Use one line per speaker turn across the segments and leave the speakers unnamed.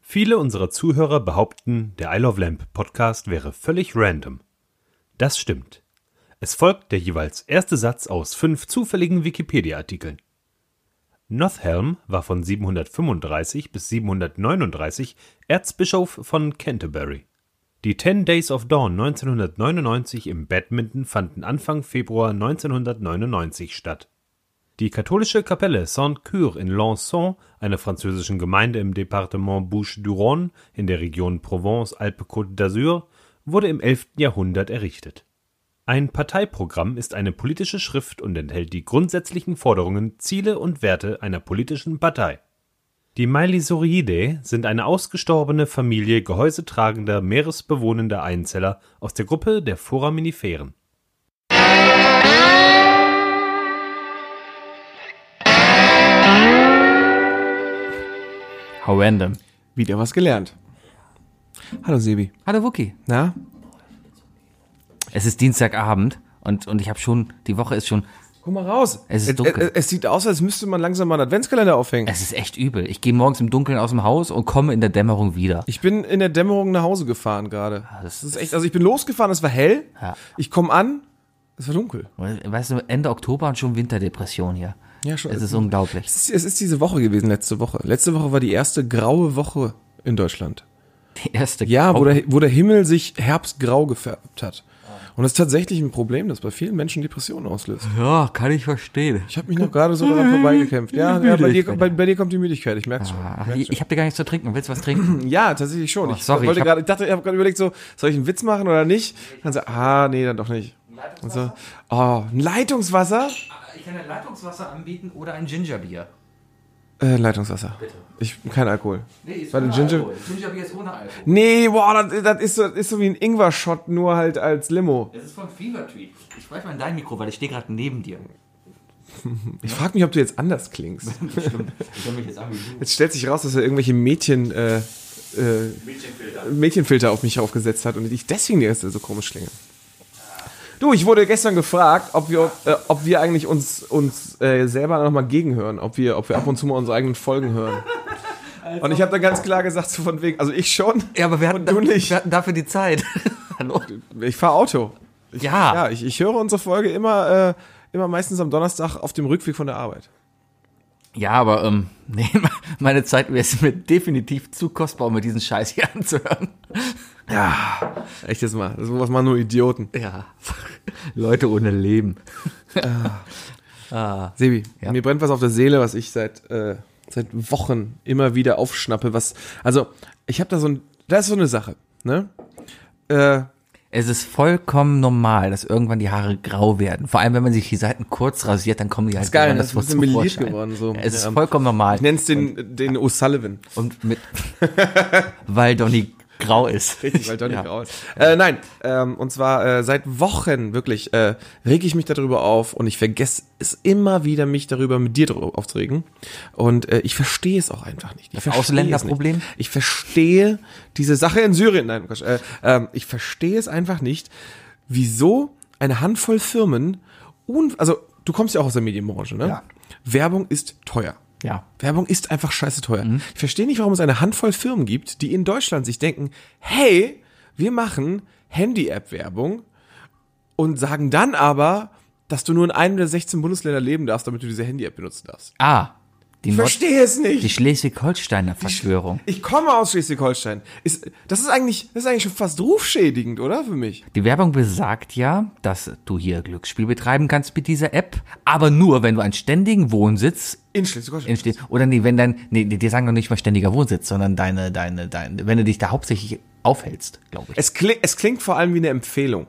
Viele unserer Zuhörer behaupten, der I Love Lamp Podcast wäre völlig random. Das stimmt. Es folgt der jeweils erste Satz aus fünf zufälligen Wikipedia-Artikeln. Nothelm war von 735 bis 739 Erzbischof von Canterbury. Die Ten Days of Dawn 1999 im Badminton fanden Anfang Februar 1999 statt. Die katholische Kapelle Sainte-Cure in Lançon, einer französischen Gemeinde im Departement Bouches-du-Rhône in der Region Provence-Alpes-Côte d'Azur, wurde im 11. Jahrhundert errichtet. Ein Parteiprogramm ist eine politische Schrift und enthält die grundsätzlichen Forderungen, Ziele und Werte einer politischen Partei. Die Mylisauridae sind eine ausgestorbene Familie gehäusetragender, meeresbewohnender Einzeller aus der Gruppe der Foraminiferen.
How random.
Wieder was gelernt. Hallo Sebi.
Hallo Wookie.
Na?
Es ist Dienstagabend und, und ich habe schon, die Woche ist schon,
Guck mal raus.
Es ist dunkel.
Es, es sieht aus, als müsste man langsam mal einen Adventskalender aufhängen.
es ist echt übel. Ich gehe morgens im Dunkeln aus dem Haus und komme in der Dämmerung wieder.
Ich bin in der Dämmerung nach Hause gefahren gerade.
Ah, das
Das ist echt, also ich bin losgefahren, es war hell.
Ja.
Ich komme an, es war dunkel.
Weißt du, Ende Oktober und schon Winterdepression hier.
Ja, schon.
Es ist unglaublich.
Es ist, es ist diese Woche gewesen, letzte Woche. Letzte Woche war die erste graue Woche in Deutschland.
Die erste
Ja, wo
Graue-
der, wo der Himmel sich herbstgrau gefärbt hat. Und das ist tatsächlich ein Problem, das bei vielen Menschen Depressionen auslöst.
Ja, kann ich verstehen.
Ich habe mich noch gerade so daran vorbeigekämpft. Ja, ja bei, dir,
Müdigkeit. Ah.
bei, bei dir kommt die Müdigkeit, ich merk's schon.
Ach, ich ich habe dir gar nichts zu trinken. Willst du was trinken?
Ja, tatsächlich schon. ich
sorry, ich
wollte
hab-
gerade, ich dachte, ich habe gerade überlegt, so, soll ich einen Witz machen oder nicht? Dann so, ah, nee, dann doch nicht. Und so, oh, ein Leitungswasser?
Ich kann ein Leitungswasser anbieten oder ein Gingerbier.
Äh, Leitungswasser. Bitte. Ich, kein Alkohol. Warte, Ginger-
Gingerbier ist ohne Alkohol.
Nee, boah, das, das, ist so, das ist so wie ein Ingwer-Shot, nur halt als Limo.
Das ist von Fever Tweet. Ich spreche mal in dein Mikro, weil ich stehe gerade neben dir.
Ich frage mich, ob du jetzt anders klingst.
Stimmt. Ich höre mich jetzt an wie du.
Jetzt stellt sich raus, dass er irgendwelche Mädchen, äh, äh, Mädchenfilter. Mädchenfilter auf mich aufgesetzt hat und ich deswegen die erste so komisch klinge. Du, ich wurde gestern gefragt, ob wir, äh, ob wir eigentlich uns, uns äh, selber nochmal gegenhören, ob wir, ob wir ab und zu mal unsere eigenen Folgen hören. Und ich habe da ganz klar gesagt, so von wegen, also ich schon,
Ja, aber wir hatten,
Und du nicht.
wir hatten dafür die Zeit. Hallo?
ich fahre Auto. Ich,
Ja.
Ja, ich, ich höre unsere Folge immer, äh, immer meistens am Donnerstag auf dem Rückweg von der Arbeit.
Ja, aber ähm, nee, meine Zeit wäre es mir definitiv zu kostbar, um mir diesen Scheiß hier anzuhören.
Echt jetzt mal, das was machen nur Idioten.
Ja. Leute ohne Leben.
Ah.
Ah.
Sebi,
Ja.
mir brennt was auf der Seele, was ich seit, äh, seit Wochen immer wieder aufschnappe. Was, also, ich habe da so ein, das ist so eine Sache, ne? Äh,
Es ist vollkommen normal, dass irgendwann die Haare grau werden. Vor allem, wenn man sich die Seiten kurz rasiert, dann kommen die halt
ist geil,
besonders
das ist
zum
ein bisschen meliert
Vorschein.
geworden. So.
Ja, Es ist
Ja.
vollkommen normal.
ich nenn's den, den O'Sullivan.
Und mit, weil Donny grau ist.
Richtig, weil Donny
Ja.
Graul. Äh, nein, ähm, und zwar äh, seit Wochen wirklich äh, reg ich mich darüber auf und ich vergesse es immer wieder, mich darüber mit dir darüber aufzuregen. Und äh, ich verstehe es auch einfach nicht. Ich verstehe es
Ausländerproblem?
nicht. Ich verstehe diese Sache in Syrien. Nein, Quatsch, äh, ähm, ich verstehe es einfach nicht, wieso eine Handvoll Firmen, un also du kommst ja auch aus der Medienbranche, ne?
Ja.
Werbung ist teuer.
Ja. Mhm.
Werbung ist einfach scheiße teuer. Ich verstehe nicht, warum es eine Handvoll Firmen gibt, die in Deutschland sich denken, hey, wir machen Handy-App-Werbung und sagen dann aber, dass du nur in einem der 16 Bundesländer leben darfst, damit du diese Handy-App benutzen darfst.
Ah, die,
Ich
Nord
verstehe es
die
nicht.
Schleswig-Holsteiner Verschwörung.
Ich komme aus Schleswig-Holstein. Ist, das ist eigentlich, das ist eigentlich schon fast rufschädigend, oder? Für mich.
Die Werbung besagt ja, dass du hier Glücksspiel betreiben kannst mit dieser App, aber nur, wenn du einen ständigen Wohnsitz
In
in
Schleswig-Holstein.
Schle- oder nee, wenn dein, nee, die die sagen doch nicht mal ständiger Wohnsitz, sondern deine, deine, deine, wenn du dich da hauptsächlich aufhältst, glaube ich.
Es, kling, es klingt vor allem wie eine Empfehlung.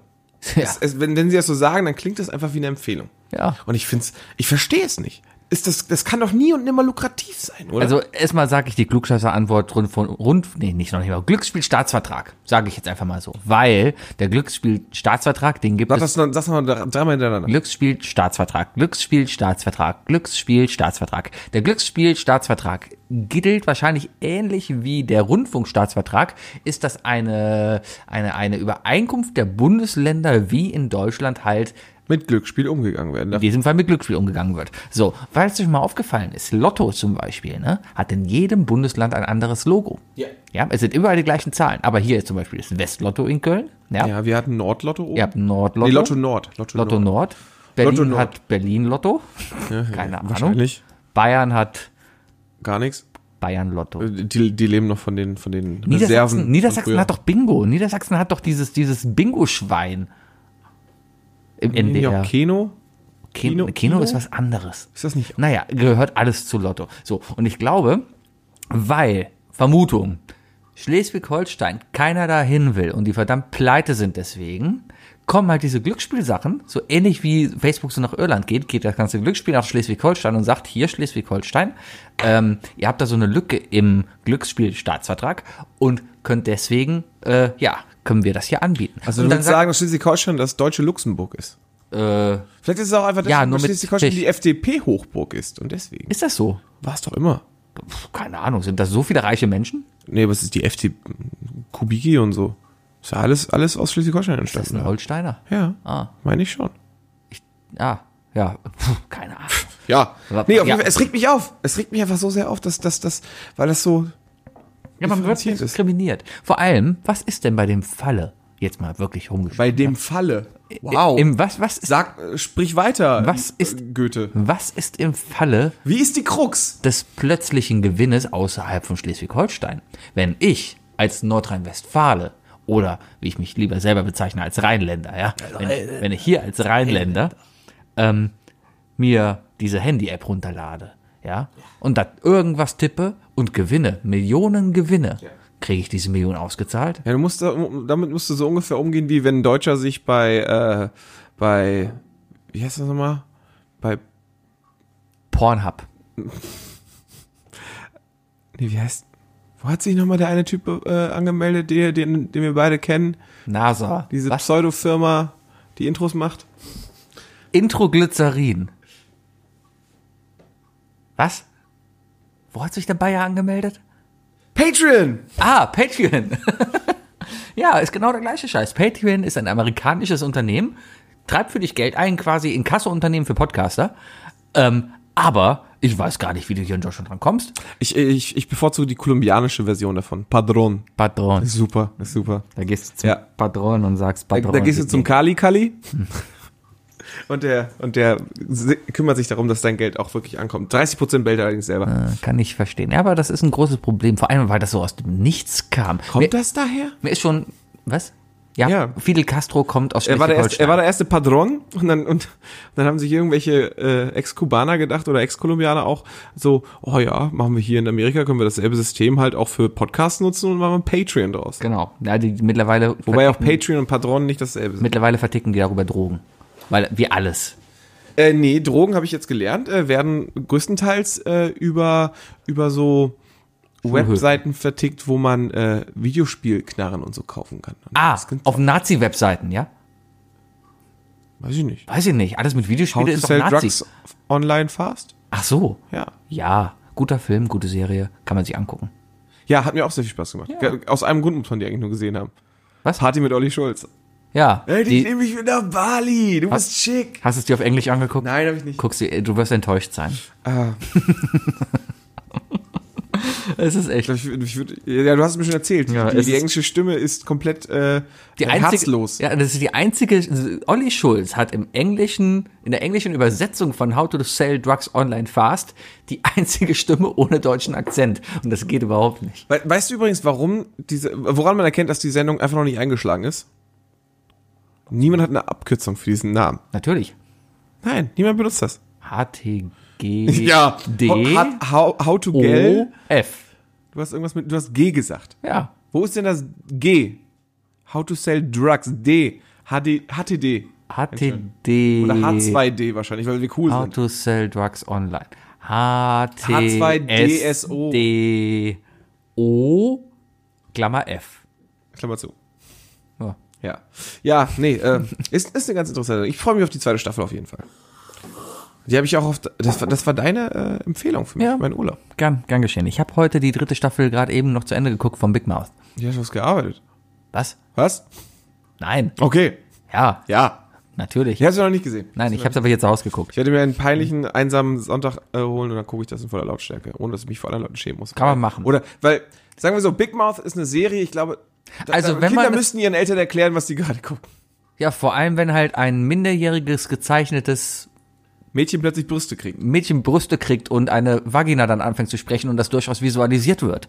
Ja.
Es, es, wenn, wenn sie das so sagen, dann klingt das einfach wie eine Empfehlung.
Ja.
Und ich find's, ich verstehe es nicht. Ist das, das kann doch nie und nimmer lukrativ sein, oder?
Also erstmal sage ich die Klugscheißer-Antwort rund von rund, nee, nicht noch nicht mal, Glücksspielstaatsvertrag, sage ich jetzt einfach mal so, weil der Glücksspielstaatsvertrag, den gibt
sag
es
das, noch- sag das noch dr- dreimal hintereinander.
Glücksspielstaatsvertrag, Glücksspielstaatsvertrag, Glücksspielstaatsvertrag. Der Glücksspielstaatsvertrag gilt wahrscheinlich ähnlich wie der Rundfunkstaatsvertrag, ist das eine, eine, eine Übereinkunft der Bundesländer, wie in Deutschland halt
mit Glücksspiel umgegangen werden
in
darf.
diesem Fall mit Glücksspiel umgegangen wird. So, weil es euch mal aufgefallen ist, Lotto zum Beispiel, ne, hat in jedem Bundesland ein anderes Logo.
Ja.
Ja, es sind überall die gleichen Zahlen. Aber hier zum Beispiel ist Westlotto in Köln. Ja.
Ja, wir hatten Nordlotto oben.
Ihr habt Nordlotto.
Nee, Lotto Nord. Lotto,
Lotto
Nord.
Nord. Berlin
Lotto Nord.
hat Berlin Lotto. Keine Ahnung.
Wahrscheinlich.
Bayern hat
Gar nichts.
Bayern Lotto.
Die, die leben noch von den, von den Äh, Reserven.
Niedersachsen,
von
Niedersachsen
früher.
hat doch Bingo. Niedersachsen hat doch dieses, dieses Bingo-Schwein im
Nee, auch
NDR.
Keno.
Kino,
Kino-
Kino ist
Kino?
was anderes.
Ist das nicht?
Naja, gehört alles zu Lotto. So, und ich glaube, weil, Vermutung, Schleswig-Holstein keiner dahin will und die verdammt pleite sind deswegen, kommen halt diese Glücksspielsachen, so ähnlich wie Facebook so nach Irland geht, geht das ganze Glücksspiel nach Schleswig-Holstein und sagt, hier Schleswig-Holstein, ähm, ihr habt da so eine Lücke im Glücksspielstaatsvertrag und könnt deswegen, äh, ja, können wir das hier anbieten.
Also
und
du
dann
würdest sagen, dass Schleswig-Holstein das deutsche Luxemburg ist.
äh,
Vielleicht ist es auch einfach, dass
Ja,
ja,
nur mit
Schleswig-Holstein
Pech.
die FDP-Hochburg ist. Und deswegen.
ist das so?
War es doch immer.
Puh, keine Ahnung, sind das so viele reiche Menschen?
Nee, aber es ist die FDP. Kubicki und so. Ist ja alles, alles aus Schleswig-Holstein
Das ist
entstanden.
ein Holsteiner.
ja,
Ah.
meine ich schon.
Ah, ja, Puh, keine Ahnung.
Ja.
Aber-
Nee, auf
ja.
jeden Fall, es regt mich auf. Es regt mich einfach so sehr auf, dass das, das, weil das so.
Ja, man wird
Differenziert ist.
diskriminiert. Vor allem, was ist denn bei dem Falle jetzt mal wirklich rumgespielt?
Bei dem Falle. Wow.
Im, was, was, ist,
Sag, äh, sprich weiter.
Was
äh,
ist-
Goethe?
was ist im Falle
Wie ist die Krux?
des plötzlichen Gewinnes außerhalb von Schleswig-Holstein? Wenn ich als Nordrhein-Westfale oder wie ich mich lieber selber bezeichne als Rheinländer, ja, wenn, ich- wenn ich hier als Rheinländer ähm, mir diese Handy-App runterlade, ja, und da irgendwas tippe und gewinne, Millionen Gewinne, kriege ich diese Millionen ausgezahlt?
Ja, du musst da, um, damit musst du so ungefähr umgehen, wie wenn ein Deutscher sich bei, äh, bei, wie heißt das nochmal? Bei,
Pornhub.
nee, wie heißt, wo hat sich nochmal der eine Typ äh, angemeldet, den, den, den wir beide kennen?
NASA.
Diese
Was?
Pseudo-Firma, die Intros macht?
Introglycerin. Was? Wo hat sich der Bayer angemeldet?
Patreon!
Ah, Patreon. ja, ist genau der gleiche Scheiß. Patreon ist ein amerikanisches Unternehmen, treibt für dich Geld ein, quasi in Kasseunternehmen für Podcaster. Ähm, aber ich weiß gar nicht, wie du hier in Deutschland dran kommst.
Ich, ich, ich bevorzuge die kolumbianische Version davon. Padron.
Patron.
Ist super, ist super.
Da gehst du zum
Ja.
Patron und sagst
Da,
Patron.
da gehst du
geht
zum
nicht.
Kali Kali. Und der, und der si- kümmert sich darum, dass dein Geld auch wirklich ankommt. 30% Bellt allerdings selber.
äh, Kann ich verstehen. Ja, aber das ist ein großes Problem. Vor allem, weil das so aus dem Nichts kam. Mir-
Kommt das daher?
Mir ist schon. Was? Ja,
Ja.
Fidel Castro kommt aus
Er war, der erste, er
Schleswig-Holstein.
war der erste Padron und dann, und dann haben sich irgendwelche äh, Ex-Kubaner gedacht oder Ex-Kolumbianer auch so, oh ja, machen wir hier in Amerika, können wir dasselbe System halt auch für Podcasts nutzen und machen wir Patreon draus.
Genau. Ja, die, die mittlerweile,
Wobei auch
verticken,
Patreon und Padron nicht dasselbe sind.
mittlerweile verticken die darüber Drogen. Weil wir alles.
Äh, nee, Drogen habe ich jetzt gelernt, äh, werden größtenteils äh, über, über so Webseiten vertickt, wo man äh, Videospielknarren und so kaufen kann. Und
Ah,
das gibt's-
auf Nazi-Webseiten, ja?
weiß ich nicht.
Weiß ich nicht. Alles mit
How
Videospielen
to
ist doch
sell
Nazi.
drugs online fast?
Ach so.
Ja.
Ja. Guter Film, gute Serie. Kann man sich angucken.
Ja, hat mir auch sehr viel Spaß gemacht. Ge- Aus einem Grund muss man die eigentlich nur gesehen haben.
Was?
Party mit Olli Schulz.
Ja.
ich
Die,
nehme mich mit nach Bali. Du bist schick.
hast du es dir auf Englisch angeguckt?
Nein, habe ich nicht.
Guckst du, du wirst enttäuscht sein.
Ah,
Es ist echt.
ich, würd- ich würd, ja, du hast es mir schon erzählt.
Ja,
die,
es
die
ist-
englische Stimme ist komplett äh,
Die einzige,
herzlos.
Ja, das ist die einzige. Olli Schulz hat im englischen, in der englischen Übersetzung von How to Sell Drugs Online Fast die einzige Stimme ohne deutschen Akzent. Und das geht überhaupt nicht.
We weißt du übrigens, warum diese, woran man erkennt, dass die Sendung einfach noch nicht eingeschlagen ist? Niemand hat eine Abkürzung für diesen Namen.
Natürlich.
Nein, niemand benutzt das.
HTG. D.
How, how, how to
O.
gel.
F.
Du hast irgendwas mit, du hast G gesagt.
Ja.
Wo ist denn das G? How to sell drugs. D. HD, HTD.
HTD.
Oder H2D wahrscheinlich, weil wir cool
How
sind.
to Sell Drugs Online. HT.
H2DSO.
D. O. Klammer F.
Klammer zu.
Ja.
Ja. Ja, nee, äh, ist, ist eine ganz interessante. Sendung. Ich freue mich auf die zweite Staffel auf jeden Fall. Die habe ich auch auf. Das war, das war deine äh, Empfehlung für mich,
Ja.
mein Urlaub.
Gern, gern geschehen. Ich habe heute die dritte Staffel gerade eben noch zu Ende geguckt von Big Mouth.
Ich habe was gearbeitet.
Was?
Was?
Nein.
Okay.
Ja.
Ja.
Natürlich.
Ich habe es noch nicht gesehen.
Nein, ich habe es aber hier zu Hause geguckt.
Ich werde mir einen peinlichen, einsamen Sonntag äh, holen und dann gucke ich das in voller Lautstärke, ohne dass ich mich vor anderen Leuten schämen muss.
Kann man machen.
Oder, weil, sagen wir so, Big Mouth ist eine Serie, ich glaube, da,
Also,
da,
wenn
Kinder
man-
müssten ihren Eltern erklären, was die gerade gucken.
Ja, vor allem, wenn halt ein minderjähriges gezeichnetes
Mädchen plötzlich Brüste kriegen.
Mädchen Brüste kriegt und eine Vagina dann anfängt zu sprechen und das durchaus visualisiert wird.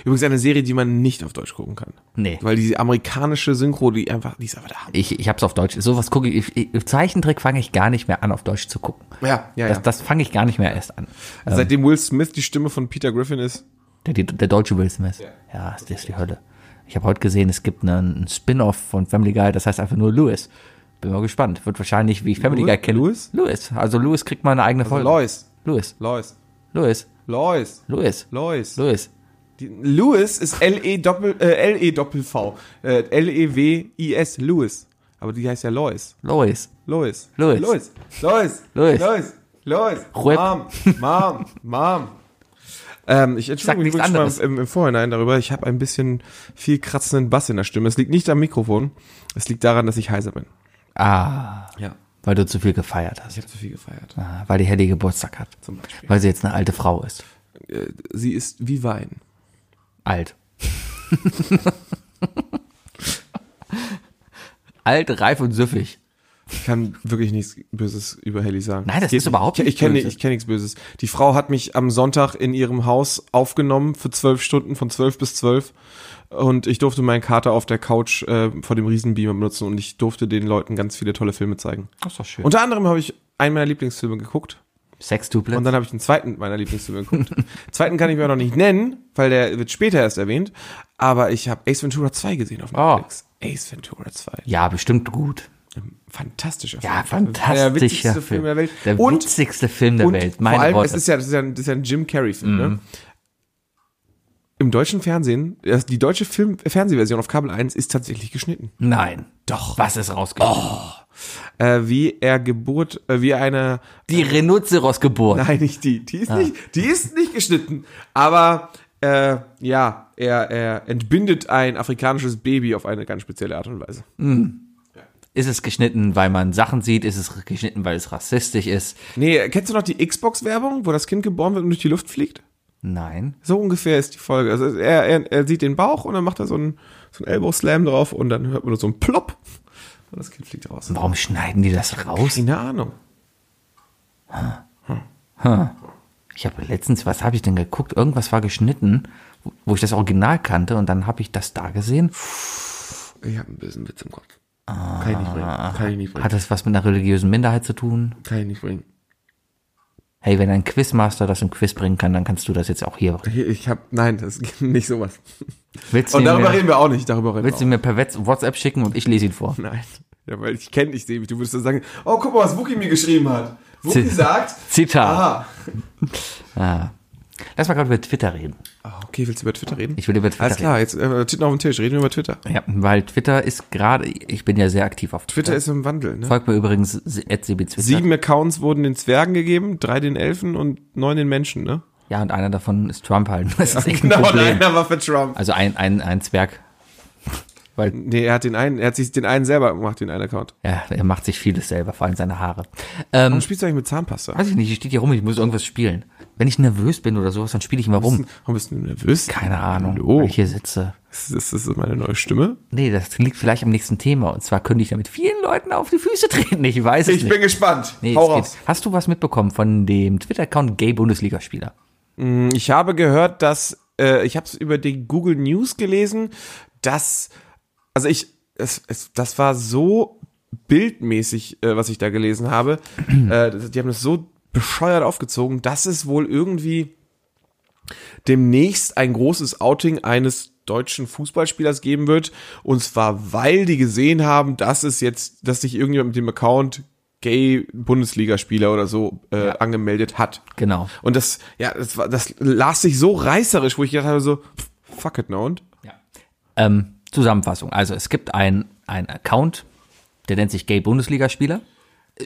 Übrigens eine Serie, die man nicht auf Deutsch gucken kann.
Nee.
Weil diese amerikanische Synchro, die einfach, die ist aber da.
Ich, ich hab's auf Deutsch. Sowas gucke ich, ich. Zeichentrick fange ich gar nicht mehr an, auf Deutsch zu gucken.
Ja,
Das, ähm.
ja, ja.
das fange ich gar nicht mehr erst an.
Also Seitdem Will Smith die Stimme von Peter Griffin ist.
Der, der, der deutsche Will Smith. Ja, das ist die Hölle. Ich habe heute gesehen, es gibt einen, einen Spin-off von Family Guy, das heißt einfach nur Louis. Bin mal gespannt. Wird wahrscheinlich, wie ich Family
Louis?
Guy kenne.
Louis?
Louis. Also Louis kriegt mal eine eigene Folge.
Lois.
Louis.
Lois.
Louis.
Lois.
Louis.
Lois.
Louis.
Die- Lewis ist L-E-Doppel-V. Äh, L-E-Doppel-V. Äh, L-E-W-I-S. Lewis. Aber die heißt ja Lois.
Louis.
Lois.
Lois.
Lois. Lois.
Lois.
Lois. Lois.
Rip.
Mom. Mom. Mom. Ähm, ich
Sag
entschuldige mich
nichts
übrigens schon mal
anderes.
im, im Vorhinein darüber. Ich habe ein bisschen viel kratzenden Bass in der Stimme. Es liegt nicht am Mikrofon. Es liegt daran, dass ich heiser bin.
Ah,
Ja.
weil du zu viel gefeiert hast.
Ich habe zu viel gefeiert.
Ah, weil die Hedy Geburtstag hat.
Zum Beispiel.
Weil sie jetzt eine alte Frau ist.
Äh, Sie ist wie Wein.
Alt. Alt, reif und süffig.
Ich kann wirklich nichts Böses über Helly sagen.
Nein, das
Geht
ist überhaupt
Ich,
nicht
ich kenne
böse.
ich kenn nichts Böses. Die Frau hat mich am Sonntag in ihrem Haus aufgenommen für zwölf Stunden, von zwölf bis zwölf. Und ich durfte meinen Kater auf der Couch äh, vor dem Riesenbeamer benutzen und ich durfte den Leuten ganz viele tolle Filme zeigen.
Das ist doch schön. Und
Unter anderem habe ich einen meiner Lieblingsfilme geguckt.
sex
Und dann habe ich den zweiten meiner Lieblingsfilme geguckt. zweiten kann ich mir noch nicht nennen, weil der wird später erst erwähnt. Aber ich habe Ace Ventura 2 gesehen auf
Oh.
Netflix. Ace Ventura 2.
Ja, bestimmt gut.
Fantastischer
Ja,
Film. Der
fantastischer
witzigste
Film.
Film der Welt.
Der
und
witzigste Film der
und
Welt. Meine
vor allem,
Worte. Mhm.
es ist ja, das ist ja, ein- das ist ja ein Jim Carrey-Film, ne? Im deutschen Fernsehen, das- die deutsche Film Fernsehversion auf Kabel 1 ist tatsächlich geschnitten.
Nein. Doch. Was ist rausgekommen?
Äh, wie er Geburt, äh, wie eine,
Die Rhinoceros-Geburt.
nein, nicht die, die
Ah.
ist nicht, die ist nicht geschnitten, aber äh, ja, er, er entbindet ein afrikanisches Baby auf eine ganz spezielle Art und Weise.
Ist es geschnitten, weil man Sachen sieht? Ist es geschnitten, weil es rassistisch ist?
Nee, kennst du noch die Xbox-Werbung, wo das Kind geboren wird und durch die Luft fliegt?
Nein.
So ungefähr ist die Folge. Also er, er, er sieht den Bauch und dann macht er so einen, so einen Elbow-Slam drauf und dann hört man nur so einen Plopp und das Kind fliegt raus.
Warum schneiden die das raus?
Keine Ahnung.
Ich habe letztens, was habe ich denn geguckt? Irgendwas war geschnitten, wo- wo ich das Original kannte und dann habe ich das da gesehen.
Ich habe ein bisschen Witz im Kopf. Kann ich nicht bringen. Kann ich nicht bringen.
Ah. Hat das was mit einer religiösen Minderheit zu tun?
Kann ich nicht bringen.
Hey, wenn ein Quizmaster das im Quiz bringen kann, dann kannst du das jetzt auch hier bringen.
Hier, Ich habe, nein, das ist nicht sowas.
Willst du,
Und
ihn
darüber
mir,
reden wir auch nicht. Darüber reden
willst du
wir
ihn mir per Wetz- WhatsApp schicken und ich lese ihn vor?
auch. Nein. Ja, weil ich kenne dich, Sebi. Du würdest dann sagen, oh, guck mal, was Wookie mir geschrieben hat. Wookie
Zit-
sagt,
Zitat.
aha.
Ah. Lass mal gerade über Twitter reden.
Ah, okay, willst du über Twitter reden?
Ich will über Twitter
Alles klar, jetzt äh, Titten auf den Tisch, reden wir über Twitter.
reden. Ja, weil Twitter ist gerade, ich bin ja sehr aktiv auf Twitter.
Twitter ist im Wandel, ne?
Folgt mir übrigens @sebitwitter.
Sieben Accounts wurden den Zwergen gegeben, drei den Elfen und neun den Menschen, ne?
Ja, und einer davon ist Trump halt. Das ist echt ein Problem.
einer Genau, war für Trump.
Also ein, ein, ein Zwerg. Weil
Nee, er hat den einen, er hat sich den einen selber gemacht, den einen Account.
ja, er macht sich vieles selber, vor allem seine Haare. Ähm,
Warum spielst du eigentlich mit Zahnpasta?
weiß ich nicht, ich stehe hier rum, ich muss irgendwas spielen. Wenn ich nervös bin oder sowas, dann spiele ich immer rum.
Warum bist du nervös?
Keine Ahnung,
Hallo.
weil ich hier sitze.
Ist das, ist das meine neue Stimme?
Nee, das liegt vielleicht am nächsten Thema. Und zwar könnte ich damit vielen Leuten auf die Füße treten. Ich weiß es nicht.
gespannt.
Nee, es geht. Hast du was mitbekommen von dem Twitter-Account Gay Bundesligaspieler?
Ich habe gehört, dass, äh, ich habe es über die Google News gelesen, dass, also ich, es, es, das war so bildmäßig, äh, was ich da gelesen habe. äh, das- die haben das so bescheuert aufgezogen, dass es wohl irgendwie demnächst ein großes Outing eines deutschen Fußballspielers geben wird. Und zwar, weil die gesehen haben, dass es jetzt, dass sich irgendjemand mit dem Account Gay Bundesligaspieler oder so äh, angemeldet hat.
Genau.
Und das, ja, das war, das las sich so reißerisch, wo ich gedacht habe, so, fuck it, no und?
Ähm, Zusammenfassung. Also es gibt einen Account, der nennt sich Gay Bundesligaspieler.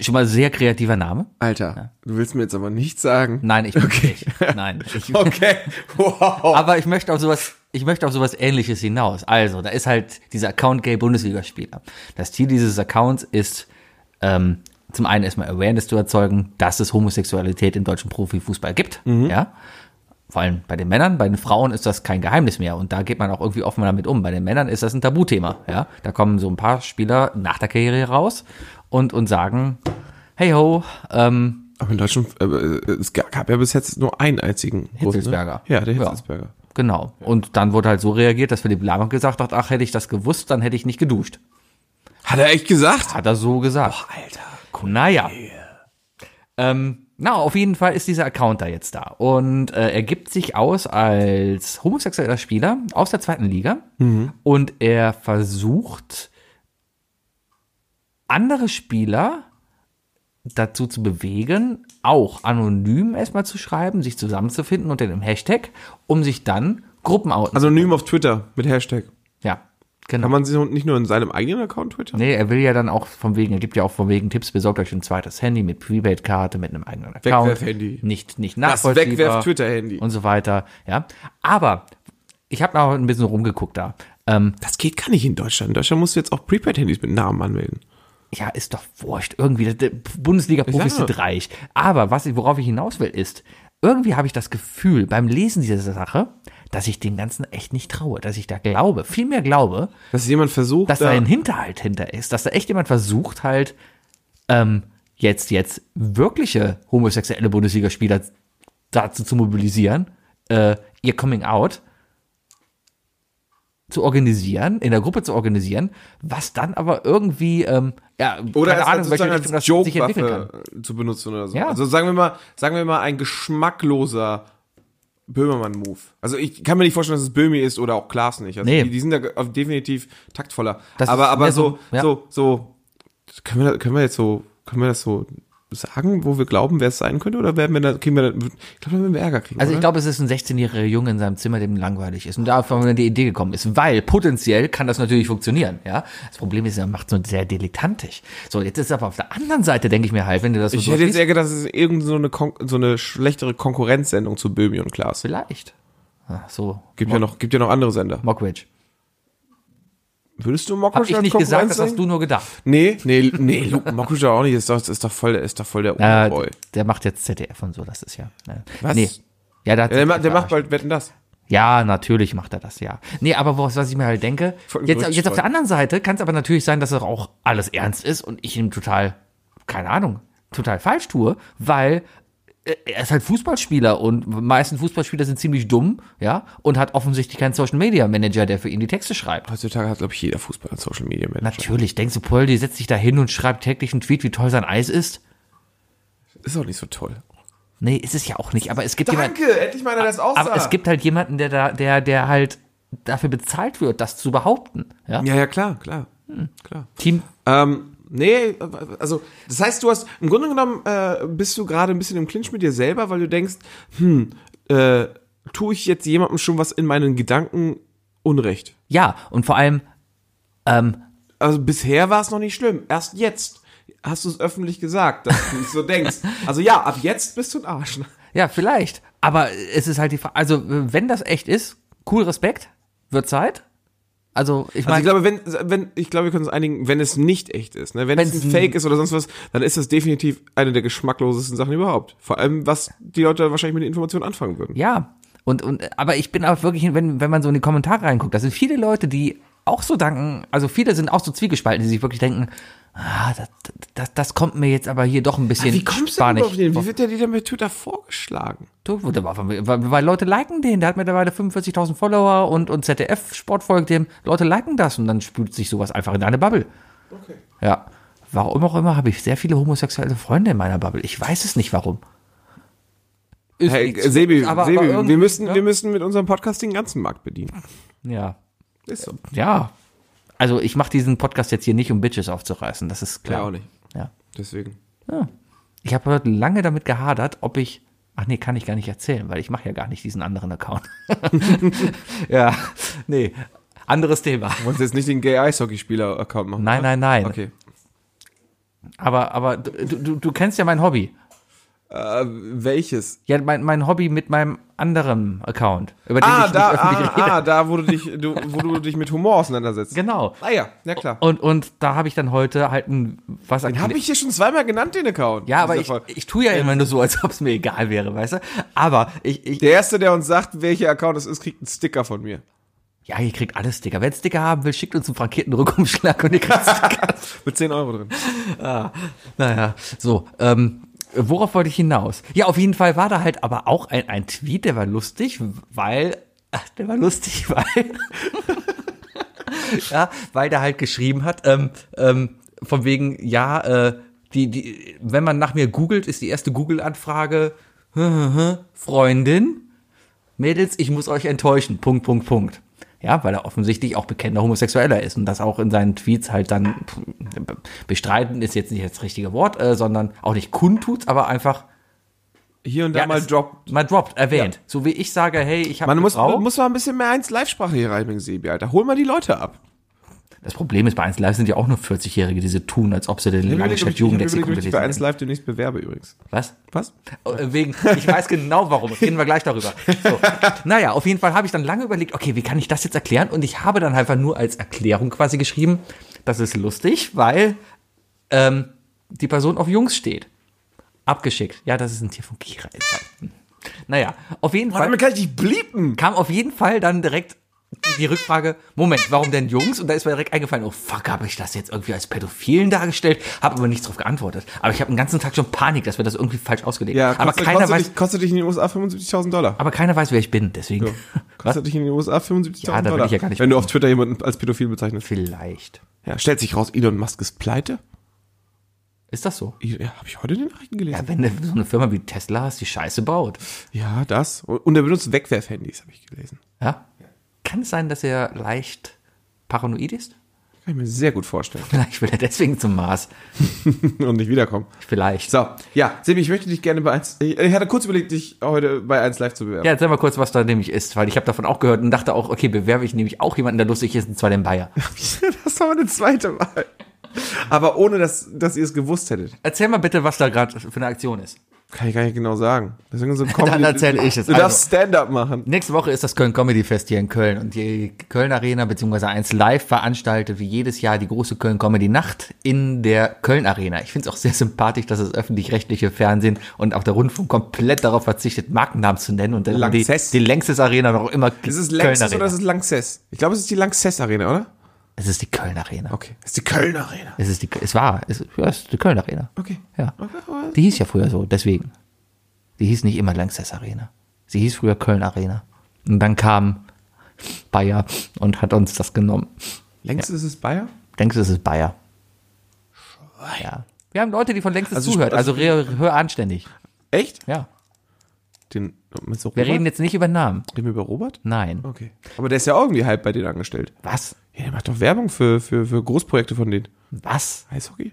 Schon mal sehr kreativer Name.
Alter, du willst mir jetzt aber nichts sagen.
Nein, ich bin nicht. Nein. Ich,
Okay, wow.
aber ich möchte auf sowas, ich möchte auf sowas ähnliches hinaus. Also, da ist halt dieser Account Gay Bundesligaspieler. Das Ziel dieses Accounts ist, ähm, zum einen erstmal Awareness zu erzeugen, dass es Homosexualität im deutschen Profifußball gibt. Ja? Vor allem bei den Männern, bei den Frauen ist das kein Geheimnis mehr und da geht man auch irgendwie offener damit um. Bei den Männern ist das ein Tabuthema. Ja? Da kommen so ein paar Spieler nach der Karriere raus und, und sagen, hey ho, ähm,
Aber in Deutschland, äh, es ga- gab ja bis jetzt nur einen einzigen. großen,
Hitzelsberger.
Ne? Ja, der Hitzelsberger.
Genau. Und dann wurde halt so reagiert, dass Philipp Lahm gesagt hat, ach, hätte ich das gewusst, dann hätte ich nicht geduscht.
Hat er echt gesagt?
Hat er so gesagt. Alter. Naja. Ähm, na, auf jeden Fall ist dieser Account da jetzt da. Und äh, er gibt sich aus als homosexueller Spieler aus der zweiten Liga. Und er versucht, andere Spieler dazu zu bewegen, auch anonym erstmal zu schreiben, sich zusammenzufinden unter dem Hashtag, um sich dann Gruppen outen
Anonym auf Twitter mit Hashtag.
ja, genau.
Kann man sie nicht nur in seinem eigenen Account twittern?
nee, er will ja dann auch von wegen, er gibt ja auch von wegen Tipps, besorgt euch ein zweites Handy mit Prepaid-Karte, mit einem eigenen Account.
Wegwerf-Handy.
Nicht, nicht
Das
nachvollziehbar.
Wegwerf-Twitter-Handy.
Und so weiter, ja. Aber ich habe auch ein bisschen rumgeguckt da. Ähm,
Das geht gar nicht in Deutschland. In Deutschland musst du jetzt auch Prepaid-Handys mit Namen anmelden.
ja, ist doch wurscht. Irgendwie, das- der Bundesliga-Profis
Ich sag
sind reich. Aber was ich, worauf ich hinaus will, ist, irgendwie habe ich das Gefühl beim Lesen dieser Sache, dass ich dem Ganzen echt nicht traue, dass ich da glaube, viel mehr glaube,
Dass jemand versucht,
dass da
da-
ein Hinterhalt hinter ist, dass da echt jemand versucht halt ähm, jetzt jetzt wirkliche homosexuelle Bundesligaspieler dazu zu mobilisieren, äh, ihr Coming Out zu organisieren, in der Gruppe zu organisieren, was dann aber irgendwie ähm, ja
Oder
keine
als,
Ahnung, welche
sozusagen
Richtung das
als
sich entwickeln kann.
Joke-Waffe zu benutzen oder so.
Ja.
Also sagen wir mal, sagen wir mal ein geschmackloser Böhmermann-Move. Also ich kann mir nicht vorstellen, dass es Böhmi ist oder auch Klaas nicht. Also
Nee.
die, die sind da ge- auf- definitiv taktvoller.
Das
aber
ist
aber
mehr
so,
so- ja.
so, so, können wir, da- können wir jetzt so, können wir das so sagen, wo wir glauben, wer es sein könnte? Oder werden wir da, kriegen wir da, ich glaube, da werden wir Ärger kriegen.
Also
oder?
ich glaube, es ist ein 16-jähriger Junge in seinem Zimmer, dem langweilig ist und davon die Idee gekommen ist, weil potenziell kann das natürlich funktionieren, ja. Das Problem ist, er macht es sehr dilettantisch. So, jetzt ist aber auf der anderen Seite, denke ich mir halt, wenn du das so
ich hätte jetzt
durchliest,
eher gedacht, das ist irgend so eine, Kon so eine schlechtere Konkurrenzsendung zu Böhmi und Klaas.
vielleicht. Ach, so,
Gibt ja noch, gibt ja noch andere Sender.
Mockridge.
Würdest du
Hab
Mokrosch
ich
als
nicht
Konkurrenz
gesagt, das
sehen?
hast du nur gedacht.
Nee, nee, nee, Luke Mockridge auch nicht. Ist doch, ist doch voll, der- ist doch voll der
Äh,
Oberboy.
der macht jetzt ZDF und so, das ist ja. Ne.
Was?
Nee. Ja, da hat
Ja, der, ma- der
ZDF
macht bald Wetten das.
Ja, natürlich macht er das, ja. Nee, aber was, was ich mir halt denke,
Von
jetzt,
Gerücht
jetzt auf
streuen.
der anderen Seite kann es aber natürlich sein, dass er auch alles ernst ist und ich ihm total, keine Ahnung, total falsch tue, weil äh, er ist halt Fußballspieler und meisten Fußballspieler sind ziemlich dumm, ja, und hat offensichtlich keinen Social Media Manager, der für ihn die Texte schreibt.
Heutzutage hat, glaube ich, jeder Fußballer einen Social Media Manager.
Natürlich, denkst du, Poldi setzt sich da hin und schreibt täglich einen Tweet, wie toll sein Eis ist?
Ist auch nicht so toll.
Nee, ist es ja auch nicht, aber es gibt jemanden.
endlich mal einer das auch
Aber es gibt halt jemanden, der da, der, der halt dafür bezahlt wird, das zu behaupten. Ja?
Ja, ja, klar, klar. klar.
Team
Ähm, nee, also, das heißt, du hast, im Grunde genommen, äh, bist du gerade ein bisschen im Clinch mit dir selber, weil du denkst, hm, äh, tue ich jetzt jemandem schon was in meinen Gedanken Unrecht?
Ja, und vor allem, ähm,
Also bisher war es noch nicht schlimm. Erst jetzt hast du es öffentlich gesagt, dass du es so denkst. Also ja, ab jetzt bist du ein Also Arsch.
ja, vielleicht. Aber es ist halt die Frage, also wenn das echt ist, cool Respekt, wird Zeit. Also ich
Also ich
meine,
glaube, wenn, wenn, ich glaube, wir können uns einigen, wenn es nicht echt ist, ne? wenn es
Wenn's
ein
ein-
Fake ist oder sonst was, dann ist das definitiv eine der geschmacklosesten Sachen überhaupt. Vor allem, was die Leute wahrscheinlich mit den Informationen anfangen würden.
ja. Und, und, aber ich bin auch wirklich, wenn, wenn man so in die Kommentare reinguckt, da sind viele Leute, die auch so danken, also viele sind auch so zwiegespalten, die sich wirklich denken, ah, das, das, das kommt mir jetzt aber hier doch ein bisschen
Wie kommst du denn
spanisch.
auf den? Wie wird der dir denn bei Twitter vorgeschlagen?
Du, warte mal, weil, weil Leute liken den, der hat mittlerweile 45.000 Follower und, und ZDF-Sport folgt dem. Leute liken das und dann spült sich sowas einfach in eine Bubble.
Okay.
Ja. Warum auch immer habe ich sehr viele homosexuelle Freunde in meiner Bubble. Ich weiß es nicht warum. Ist
Hey,
nichts.
Sebi,
Aber- aber
Sebi
irgendwie-
wir, müssen,
ja.
wir müssen mit unserem Podcast den ganzen Markt bedienen.
Ja.
Ist so.
Ja. Also ich mache diesen Podcast jetzt hier nicht, um Bitches aufzureißen, das ist klar.
Ja, auch nicht.
Ja.
Deswegen.
Ich habe heute lange damit gehadert, ob ich. Ach nee, kann ich gar nicht erzählen, weil ich mache ja gar nicht diesen anderen Account. ja, nee. Anderes Thema.
Du wolltest jetzt nicht den Gay-Eishockey-Spieler-Account machen.
Nein,
oder?
nein, nein.
Okay.
Aber, aber du, du, du kennst ja mein Hobby.
Äh, welches?
Ja, mein, mein Hobby mit meinem anderen Account, über den
Ah,
ich
da,
nicht öffentlich
ah,
rede.
ah, da, wo du dich, du, wo du dich mit Humor auseinandersetzt.
Genau.
Ah ja, ja klar.
Und, und da habe ich dann heute halt ein, was
Den habe ich hier schon zweimal genannt, den Account.
Ja, aber
Dieser
ich,
Folge.
ich tue ja immer nur so, als ob es mir egal wäre, weißt du? Aber ich, ich
Der Erste, der uns sagt, welcher Account es ist, kriegt einen Sticker von mir.
ja, ihr kriegt alle Sticker. Wer Sticker haben will, schickt uns einen frankierten Rückumschlag und ihr kriegt Sticker.
Mit 10 Euro drin.
naja, so, ähm, worauf wollte ich hinaus? Ja, auf jeden Fall war da halt aber auch ein, ein Tweet, der war lustig, weil, ach, der war lustig, weil, ja, weil der halt geschrieben hat, ähm, ähm, von wegen, ja, äh, die, die, wenn man nach mir googelt, ist die erste Google-Anfrage, Freundin, Mädels, ich muss euch enttäuschen. Punkt, Punkt, Punkt. Ja, weil er offensichtlich auch bekennender Homosexueller ist und das auch in seinen Tweets halt dann pff, bestreiten ist jetzt nicht das richtige Wort, äh, sondern auch nicht kundtut, aber einfach
Hier und da mal
es-
droppt.
mal droppt, erwähnt. So wie ich sage, hey, ich habe
Man
eine
muss,
Frau.
muss mal ein bisschen mehr eins Live-Sprache hier reinbringen, Sebi, Alter. Hol mal die Leute ab.
das Problem ist, bei 1 Live sind ja auch nur 40-Jährige, die so tun, als ob sie den
Ich
Langestadt
überlege, ob ich- ich
Jugendlexikon
überlege, ob ich
gelesen
bei 1
hätten.
Live demnächst bewerbe übrigens.
Was?
Was?
Oh, äh, Wegen, ich weiß genau warum, reden wir gleich darüber. So. Naja, auf jeden Fall habe ich dann lange überlegt, okay, wie kann ich das jetzt erklären? Und ich habe dann einfach nur als Erklärung quasi geschrieben, das ist lustig, weil ähm, die Person auf Jungs steht. Abgeschickt. Ja, das ist ein Tier von Kira. Naja, auf jeden Fall
kann ich dich bliepen.
kam auf jeden Fall dann direkt die Rückfrage, Moment, warum denn Jungs? Und da ist mir direkt eingefallen, oh fuck, habe ich das jetzt irgendwie als Pädophilen dargestellt? Habe aber nichts drauf geantwortet. Aber ich habe den ganzen Tag schon Panik, dass wir das irgendwie falsch ausgelegt
Ja,
haben. Aber
kostet,
keiner
kostet,
weiß,
dich, kostet dich in den USA 75.000 Dollar.
aber keiner weiß, wer ich bin, deswegen. Was?
Kostet dich in den USA 75.000
Ja, da
Dollar.
will ich ja gar nicht
wenn du auf Twitter jemanden als pädophil bezeichnest.
Vielleicht.
Ja, stellt sich raus, Elon Musk ist pleite.
Ist das so?
Ja, Habe ich heute in den Nachrichten
Ja,
gelesen?
wenn du so eine Firma wie Tesla hast, die Scheiße baut.
Ja, das. Und und er benutzt Wegwerfhandys, habe ich gelesen.
Ja? Kann es sein, dass er leicht paranoid ist?
Kann ich mir sehr gut vorstellen.
Vielleicht will er deswegen zum Mars.
Und nicht wiederkommen.
Vielleicht.
So, ja, Sebi, ich möchte dich gerne bei 1... Ich hatte kurz überlegt, dich heute bei 1 Live zu bewerben.
Ja, erzähl mal kurz, was da nämlich ist, weil ich habe davon auch gehört und dachte auch, okay, bewerbe ich nämlich auch jemanden, der lustig ist, und zwar den Bayer.
Das war eine zweite Mal. Aber ohne, dass, dass ihr es gewusst hättet.
Erzähl mal bitte, was da gerade für eine Aktion ist.
Kann ich gar nicht genau sagen. Deswegen so Comedy-
Dann erzähle ich es.
Du darfst
Also.
Stand-up machen.
Nächste Woche ist das Köln Comedy Fest hier in Köln und die Köln Arena bzw. 1 Live veranstaltet wie jedes Jahr die große Köln Comedy Nacht in der Köln Arena. Ich finde es auch sehr sympathisch, dass das öffentlich-rechtliche Fernsehen und auch der Rundfunk komplett darauf verzichtet, Markennamen zu nennen und dann die,
Lanxess.
die Längstes Arena noch immer
Ist es Lanxess oder
Arena.
ist es Lanxess? Ich glaube, es ist die Lanxess-Arena, oder?
Es ist die Köln Arena.
Okay. Es ist die Köln-Arena.
Es ist die, es war, es, ja, es ist die Köln Arena.
Okay.
Ja. Die hieß ja früher so, deswegen. Die hieß nicht immer Lanxess Arena. Sie hieß früher Köln Arena. Und dann kam Bayer und hat uns das genommen.
Längst ist es Bayer?
Denkst du, es ist Bayer? Ja. Wir haben Leute, die von Längstes
Also
zuhört,
ich-
also re- hör anständig.
Echt?
Ja.
Den, mit so
Wir
Robert?
reden jetzt nicht über Namen.
Reden wir über Robert?
Nein.
Okay. Aber der ist ja auch irgendwie halb bei denen angestellt.
Was?
Ja, der macht doch Werbung für, für, für Großprojekte von denen.
Was?
Eishockey?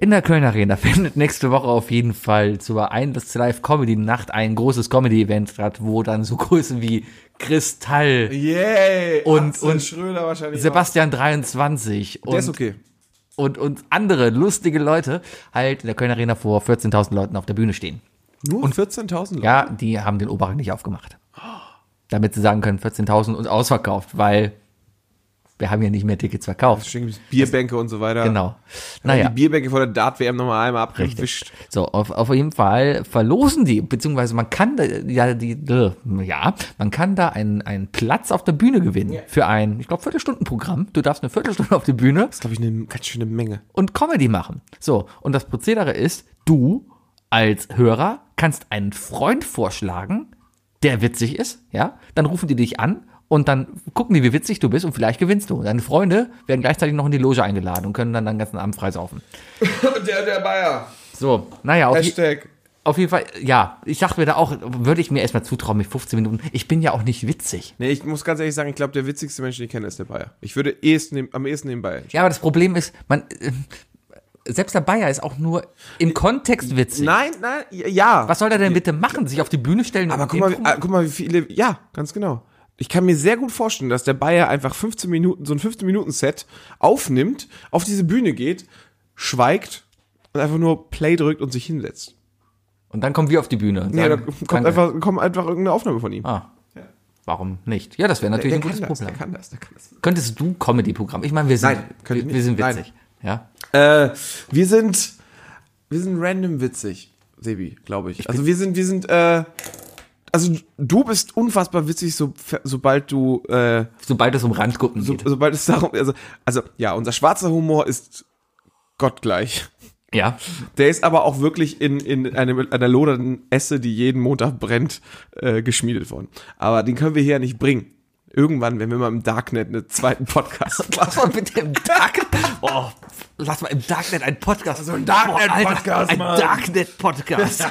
In der Köln Arena findet nächste Woche auf jeden Fall zur Einlass Live Comedy Nacht ein großes Comedy Event statt, wo dann so Größen wie Kristall,
Yay!
Und-
Axel
und
Schröder wahrscheinlich.
Sebastian 23
auch. Der ist
und
okay.
und, und andere lustige Leute halt in der Köln Arena vor 14.000 Leuten auf der Bühne stehen.
Nur 14.000 Leute.
Ja, die haben den Oberrang nicht aufgemacht. Damit sie sagen können, 14.000 und ausverkauft, weil wir haben ja nicht mehr Tickets verkauft.
Deswegen gibt's Bierbänke und so weiter.
Genau.
Die
Naja,
Bierbänke vor der Dart-WM nochmal einmal abgewischt.
so, auf, auf jeden Fall verlosen die, beziehungsweise man kann da, ja, die, äh, ja, man kann da einen, einen Platz auf der Bühne gewinnen für ein, ich glaube, Viertelstundenprogramm. Du darfst eine Viertelstunde auf die Bühne
Das ist, glaube ich, eine ganz schöne Menge.
und Comedy machen. So, und das Prozedere ist, du als Hörer kannst einen Freund vorschlagen, der witzig ist, ja? Dann rufen die dich an und dann gucken die, wie witzig du bist und vielleicht gewinnst du. Deine Freunde werden gleichzeitig noch in die Loge eingeladen und können dann den ganzen Abend freisaufen.
der, der Bayer.
So, naja, auf, je,
Hashtag.
auf jeden Fall, ja, ich dachte mir da auch, würde ich mir erstmal zutrauen mit 15 Minuten. Ich bin ja auch nicht witzig.
Nee, ich muss ganz ehrlich sagen, ich glaube, der witzigste Mensch, den ich kenne, ist der Bayer. Ich würde ehesten, dem- am ehesten den Bayer.
Ja, aber das Problem ist, man, äh, selbst der Bayer ist auch nur im Kontext witzig.
Nein, nein, ja.
Was soll er denn bitte machen? Sich auf die Bühne stellen
Aber
und
guck mal, wie-
impro-
ah, guck mal, wie viele. Ja, ganz genau. Ich kann mir sehr gut vorstellen, dass der Bayer einfach 15 Minuten, so ein 15-Minuten-Set aufnimmt, auf diese Bühne geht, schweigt, und einfach nur Play drückt und sich hinsetzt.
Und dann kommen wir auf die Bühne. und
Ja, da
sagen,
kommt
danke.
einfach, kommt einfach irgendeine Aufnahme von ihm.
Ah. Warum nicht? Ja, das wäre natürlich
der,
ein gutes
kann das, der
Programm.
kann das, der kann das.
Könntest du Comedy-Programm? Ich meine, wir sind,
Nein, könnte
wir,
ich nicht.
wir sind
Nein.
witzig. Ja.
Äh, wir sind, wir sind random witzig, Sebi, glaube ich. Also wir sind, wir sind, äh, also du bist unfassbar witzig, so, sobald du, äh,
Sobald es um Randgruppen
so,
geht.
sobald es darum, also, also ja, unser schwarzer Humor ist gottgleich.
Ja.
Der ist aber auch wirklich in, in einem, einer lodernden Esse, die jeden Montag brennt, äh, geschmiedet worden. Aber den können wir hier ja nicht bringen. Irgendwann, wenn wir mal im Darknet einen zweiten Podcast machen.
Lass mal bitte im Darknet. Oh, lass mal im Darknet einen Podcast. So ein
Darknet-Podcast,
Ein
Mann.
Darknet-Podcast.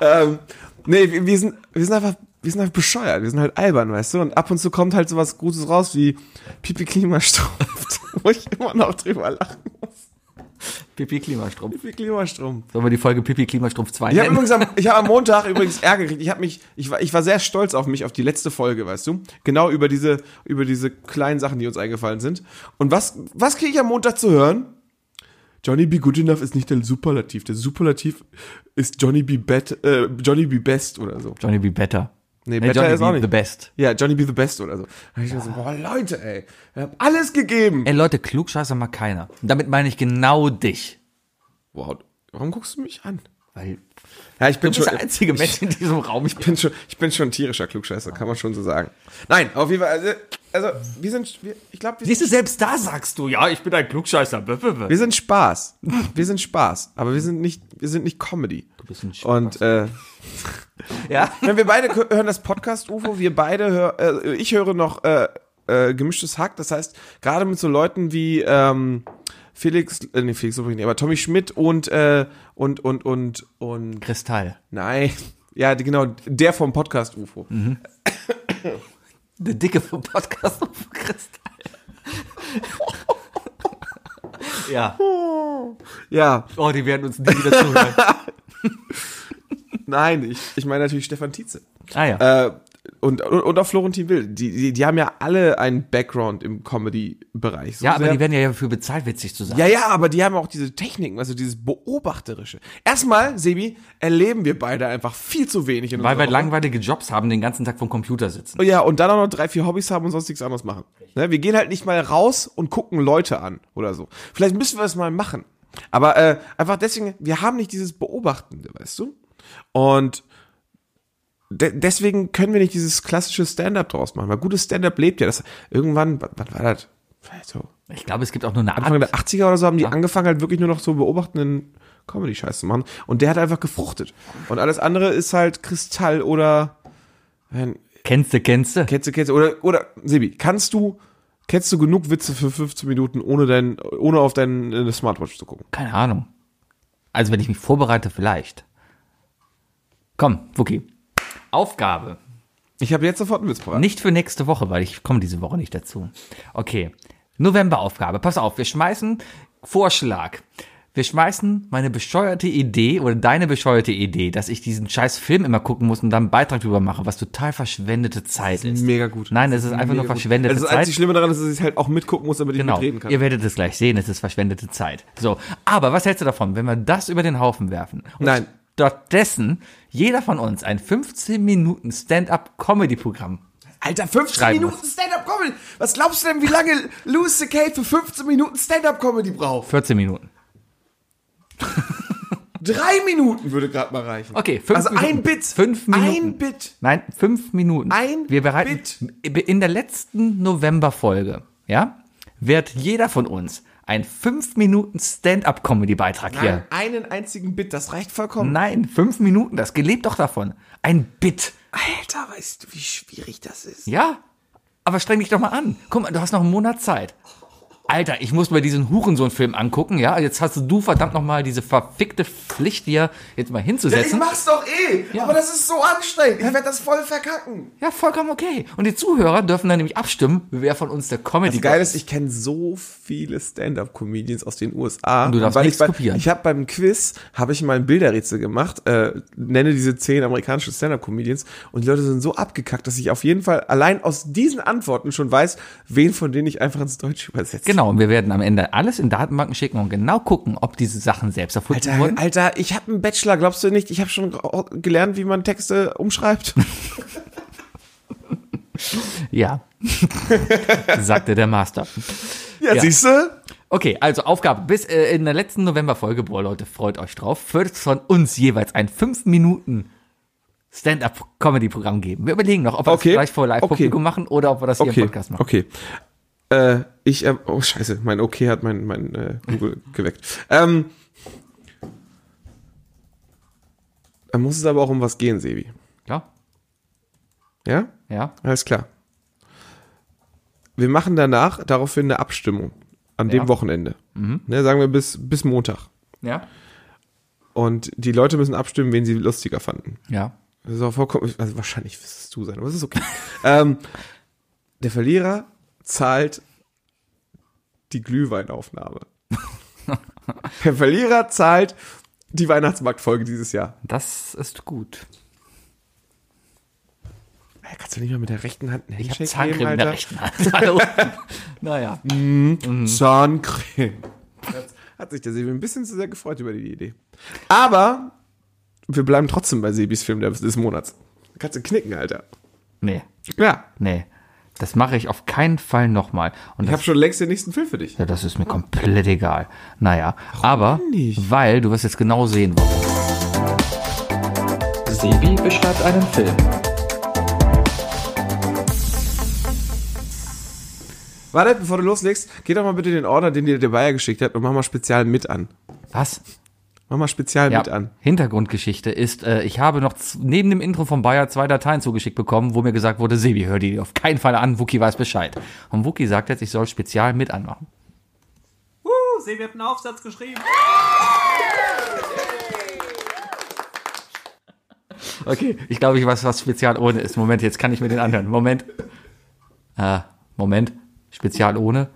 Ähm, nee, wir, wir, sind, wir sind einfach. Wir sind halt bescheuert, wir sind halt albern, weißt du? Und ab und zu kommt halt sowas Gutes raus wie Pipi Klimastrumpf, wo ich immer noch drüber lachen muss.
Pipi Klimastrumpf.
Pipi Klimastrumpf.
Sollen wir die Folge Pipi Klimastrumpf 2
Ich habe
nennen?
übrigens am, ich hab am Montag übrigens Ärger gekriegt. Ich, hab mich, ich, war, ich war sehr stolz auf mich, auf die letzte Folge, weißt du? Genau über diese, über diese kleinen Sachen, die uns eingefallen sind. Und was, was kriege ich am Montag zu hören? Johnny B. Good Enough ist nicht der Superlativ. Der Superlativ ist Johnny B. Bet, äh, Johnny B. Best oder so.
Johnny Be Better.
Nee, Better
Johnny
ist auch
Be
nicht.
The Best.
Ja, Johnny Be the Best oder so. Da hab ich mir so, boah, Leute, ey, ihr habt alles gegeben.
Ey Leute, klugscheißer mal keiner. Und damit meine ich genau dich.
Wow, warum guckst du mich an?
Weil
Ja, ich bin
du bist
schon,
der einzige Mensch in diesem Raum. Ich
ich bin schon, ich bin schon ein tierischer Klugscheißer, kann man schon so sagen. Nein, auf jeden Fall, also, also wir sind, wir, ich glaube, wir,
Siehst du, selbst da sagst du, ja, ich bin ein Klugscheißer. Bö, bö, bö.
wir sind Spaß. Wir sind Spaß, aber wir sind nicht, wir sind nicht Comedy. Du
bist ein Spaß.
Und, äh,
Ja?
wenn wir beide kö- hören das Podcast UFO, wir beide hör, äh, ich höre noch äh, äh, gemischtes Hack, das heißt, gerade mit so Leuten wie ähm, Felix, äh, nee, Felix Lobrecht, nicht, aber Tommy Schmidt und äh, und und und und
Kristall.
nein, ja, die- genau, der vom Podcast UFO.
Mhm. Der Dicke vom Podcast auf Kristall. ja.
Ja,
Oh, die werden uns nie wieder zuhören.
nein, ich, ich meine natürlich Stefan Tietze.
Ah ja.
Äh, und, und, und auch Florentin Will. Die, die, die haben ja alle einen Background im Comedy-Bereich. So
ja, aber
sehr-
die werden ja dafür bezahlt, witzig zu sein.
Ja, ja, aber die haben auch diese Techniken, also dieses Beobachterische. Erstmal, Sebi, erleben wir beide einfach viel zu wenig in
Weil wir
unserer Woche.
langweilige Jobs haben, den ganzen Tag vom Computer sitzen.
Oh Ja, und dann auch noch drei, vier Hobbys haben und sonst nichts anderes machen. Ne? Wir gehen halt nicht mal raus und gucken Leute an oder so. Vielleicht müssen wir es mal machen. Aber äh, einfach deswegen, wir haben nicht dieses Beobachtende, weißt du? Und de deswegen können wir nicht dieses klassische Stand-up draus machen. Weil gutes Stand-up lebt ja. Das, irgendwann, wa- wann war das? Vielleicht So
Ich glaube, es gibt auch nur eine Art.
Anfang der 80er oder so haben die angefangen, halt wirklich nur noch so beobachtenden Comedy-Scheiß zu machen. Und der hat einfach gefruchtet. Und alles andere ist halt Kristall oder. Ein,
Kennst du, kennst du?
kennst du, kennst du, oder, oder, Sebi, kannst du, kennst du genug Witze für 15 Minuten, ohne dein, ohne auf deine Smartwatch zu gucken?
Keine Ahnung. Also, wenn ich mich vorbereite, vielleicht. Komm, Wookie. Aufgabe.
Ich habe jetzt sofort einen Witz parat.
Nicht für nächste Woche, weil ich komme diese Woche nicht dazu. Okay. Novemberaufgabe. Pass auf, wir schmeißen Vorschlag. Wir schmeißen meine bescheuerte Idee oder deine bescheuerte Idee, dass ich diesen scheiß Film immer gucken muss und dann einen Beitrag drüber mache, was total verschwendete Zeit ist.
mega gut.
Nein, es ist einfach nur
Mega gut.
verschwendete
Also das
Zeit.
einzige Schlimme daran ist, dass ich halt auch mitgucken muss, damit ich
Genau.
mitreden kann.
Ihr werdet es gleich sehen, es ist verschwendete Zeit. So, aber was hältst du davon, wenn wir das über den Haufen werfen? Und
Nein.
Stattdessen jeder von uns ein 15 Minuten Stand-up Comedy Programm.
Alter, 15
Schreiben
Minuten Stand-up Comedy. Was glaubst du denn, wie lange Louis C.K. für 15 Minuten Stand-up Comedy braucht?
14 Minuten.
Drei Minuten würde gerade mal reichen.
Okay, fünf
also ein
Minuten.
Bit.
Fünf Minuten.
Ein Bit.
Nein, fünf Minuten.
Ein
Wir bereiten in der letzten November-Folge, ja, wird jeder von uns ein fünf Minuten Stand-up-Comedy-Beitrag
Nein,
hier.
einen einzigen Bit, das reicht vollkommen.
Nein, fünf Minuten, das gelebt doch davon. Ein Bit.
Alter, weißt du, wie schwierig das ist?
Ja, aber streng dich doch mal an. Guck mal, du hast noch einen Monat Zeit. Alter, ich muss mir diesen Hurensohn-Film angucken, ja? Jetzt hast du verdammt nochmal diese verfickte Pflicht, dir jetzt mal
Ich
hinzusetzen.
mach's doch eh,
Ja.
aber das ist so anstrengend. Ich werde das voll verkacken.
Ja, vollkommen okay. Und die Zuhörer dürfen dann nämlich abstimmen, wer von uns der Comedy
Die Also geil ist, ich kenne so viele Stand-up-Comedians aus den USA. Und
du darfst
weil
nichts
ich bei,
kopieren.
Ich habe beim Quiz habe ich mal ein Bilderrätsel gemacht. Äh, nenne diese zehn amerikanische Stand-up-Comedians und die Leute sind so abgekackt, dass ich auf jeden Fall allein aus diesen Antworten schon weiß, wen von denen ich einfach ins Deutsche übersetze.
Genau, und wir werden am Ende alles in Datenbanken schicken und genau gucken, ob diese Sachen selbst erfunden
Alter,
wurden.
Alter, ich habe einen Bachelor, glaubst du nicht? Ich habe schon gelernt, wie man Texte umschreibt.
Ja, sagte der Master.
Ja,
Ja.
siehst du?
Okay, also Aufgabe. Bis äh, in der letzten Novemberfolge, boah Leute, freut euch drauf, wird es von uns jeweils ein 5 Minuten Stand-up-Comedy-Programm geben. Wir überlegen noch, ob wir
Okay.
das gleich vor Live-Publikum
Okay.
machen oder ob wir das hier im
Okay,
Podcast machen.
okay. Äh, ich, ähm, oh scheiße, mein Okay hat mein, mein äh, Google geweckt. Ähm, dann muss es aber auch um was gehen, Sebi.
Klar?
Ja?
Ja?
Alles klar. Wir machen danach daraufhin eine Abstimmung an
Ja. Mhm.
dem Wochenende. Ne, sagen wir bis, bis Montag.
Ja?
Und die Leute müssen abstimmen, wen sie lustiger fanden.
Ja.
Das ist auch vollkommen, also wahrscheinlich wirst es du sein, aber es ist okay. ähm, der Verlierer zahlt die Glühweinaufnahme. der Verlierer zahlt die Weihnachtsmarktfolge dieses Jahr.
Das ist gut.
Ey, Kannst du nicht mal mit der rechten Hand einen
Ich habe
Handshake
Zahncreme
geben,
in der
Alter?
rechten Hand. Hallo. naja.
Zahncreme. Hat- Hat sich der Sebi ein bisschen zu sehr gefreut über die Idee. Aber wir bleiben trotzdem bei Sebis Film des- des Monats. Kannst du knicken, Alter.
Nee,
Ja,
nee. Das mache ich auf keinen Fall nochmal. Und
ich
das,
habe schon längst den nächsten Film für dich.
ja, das ist mir komplett egal. Naja, aber
nicht?
weil du wirst jetzt genau sehen, warum.
Sebi beschreibt einen Film.
Warte, bevor du loslegst, geh doch mal bitte den Order, den dir der Bayer geschickt hat und mach mal Spezial mit an.
Was?
Mach mal Spezial
Ja,
mit an.
Hintergrundgeschichte ist, äh, ich habe noch z- neben dem Intro von Bayer zwei Dateien zugeschickt bekommen, wo mir gesagt wurde, Sebi, hör die auf keinen Fall an, Wookie weiß Bescheid. Und Wookie sagt jetzt, ich soll spezial mit anmachen.
Uh, Sebi hat einen Aufsatz geschrieben.
Okay, ich glaube, ich weiß, was Spezial ohne ist. Moment, jetzt kann ich mir den anhören. Moment. Ah, Moment. Spezial ohne.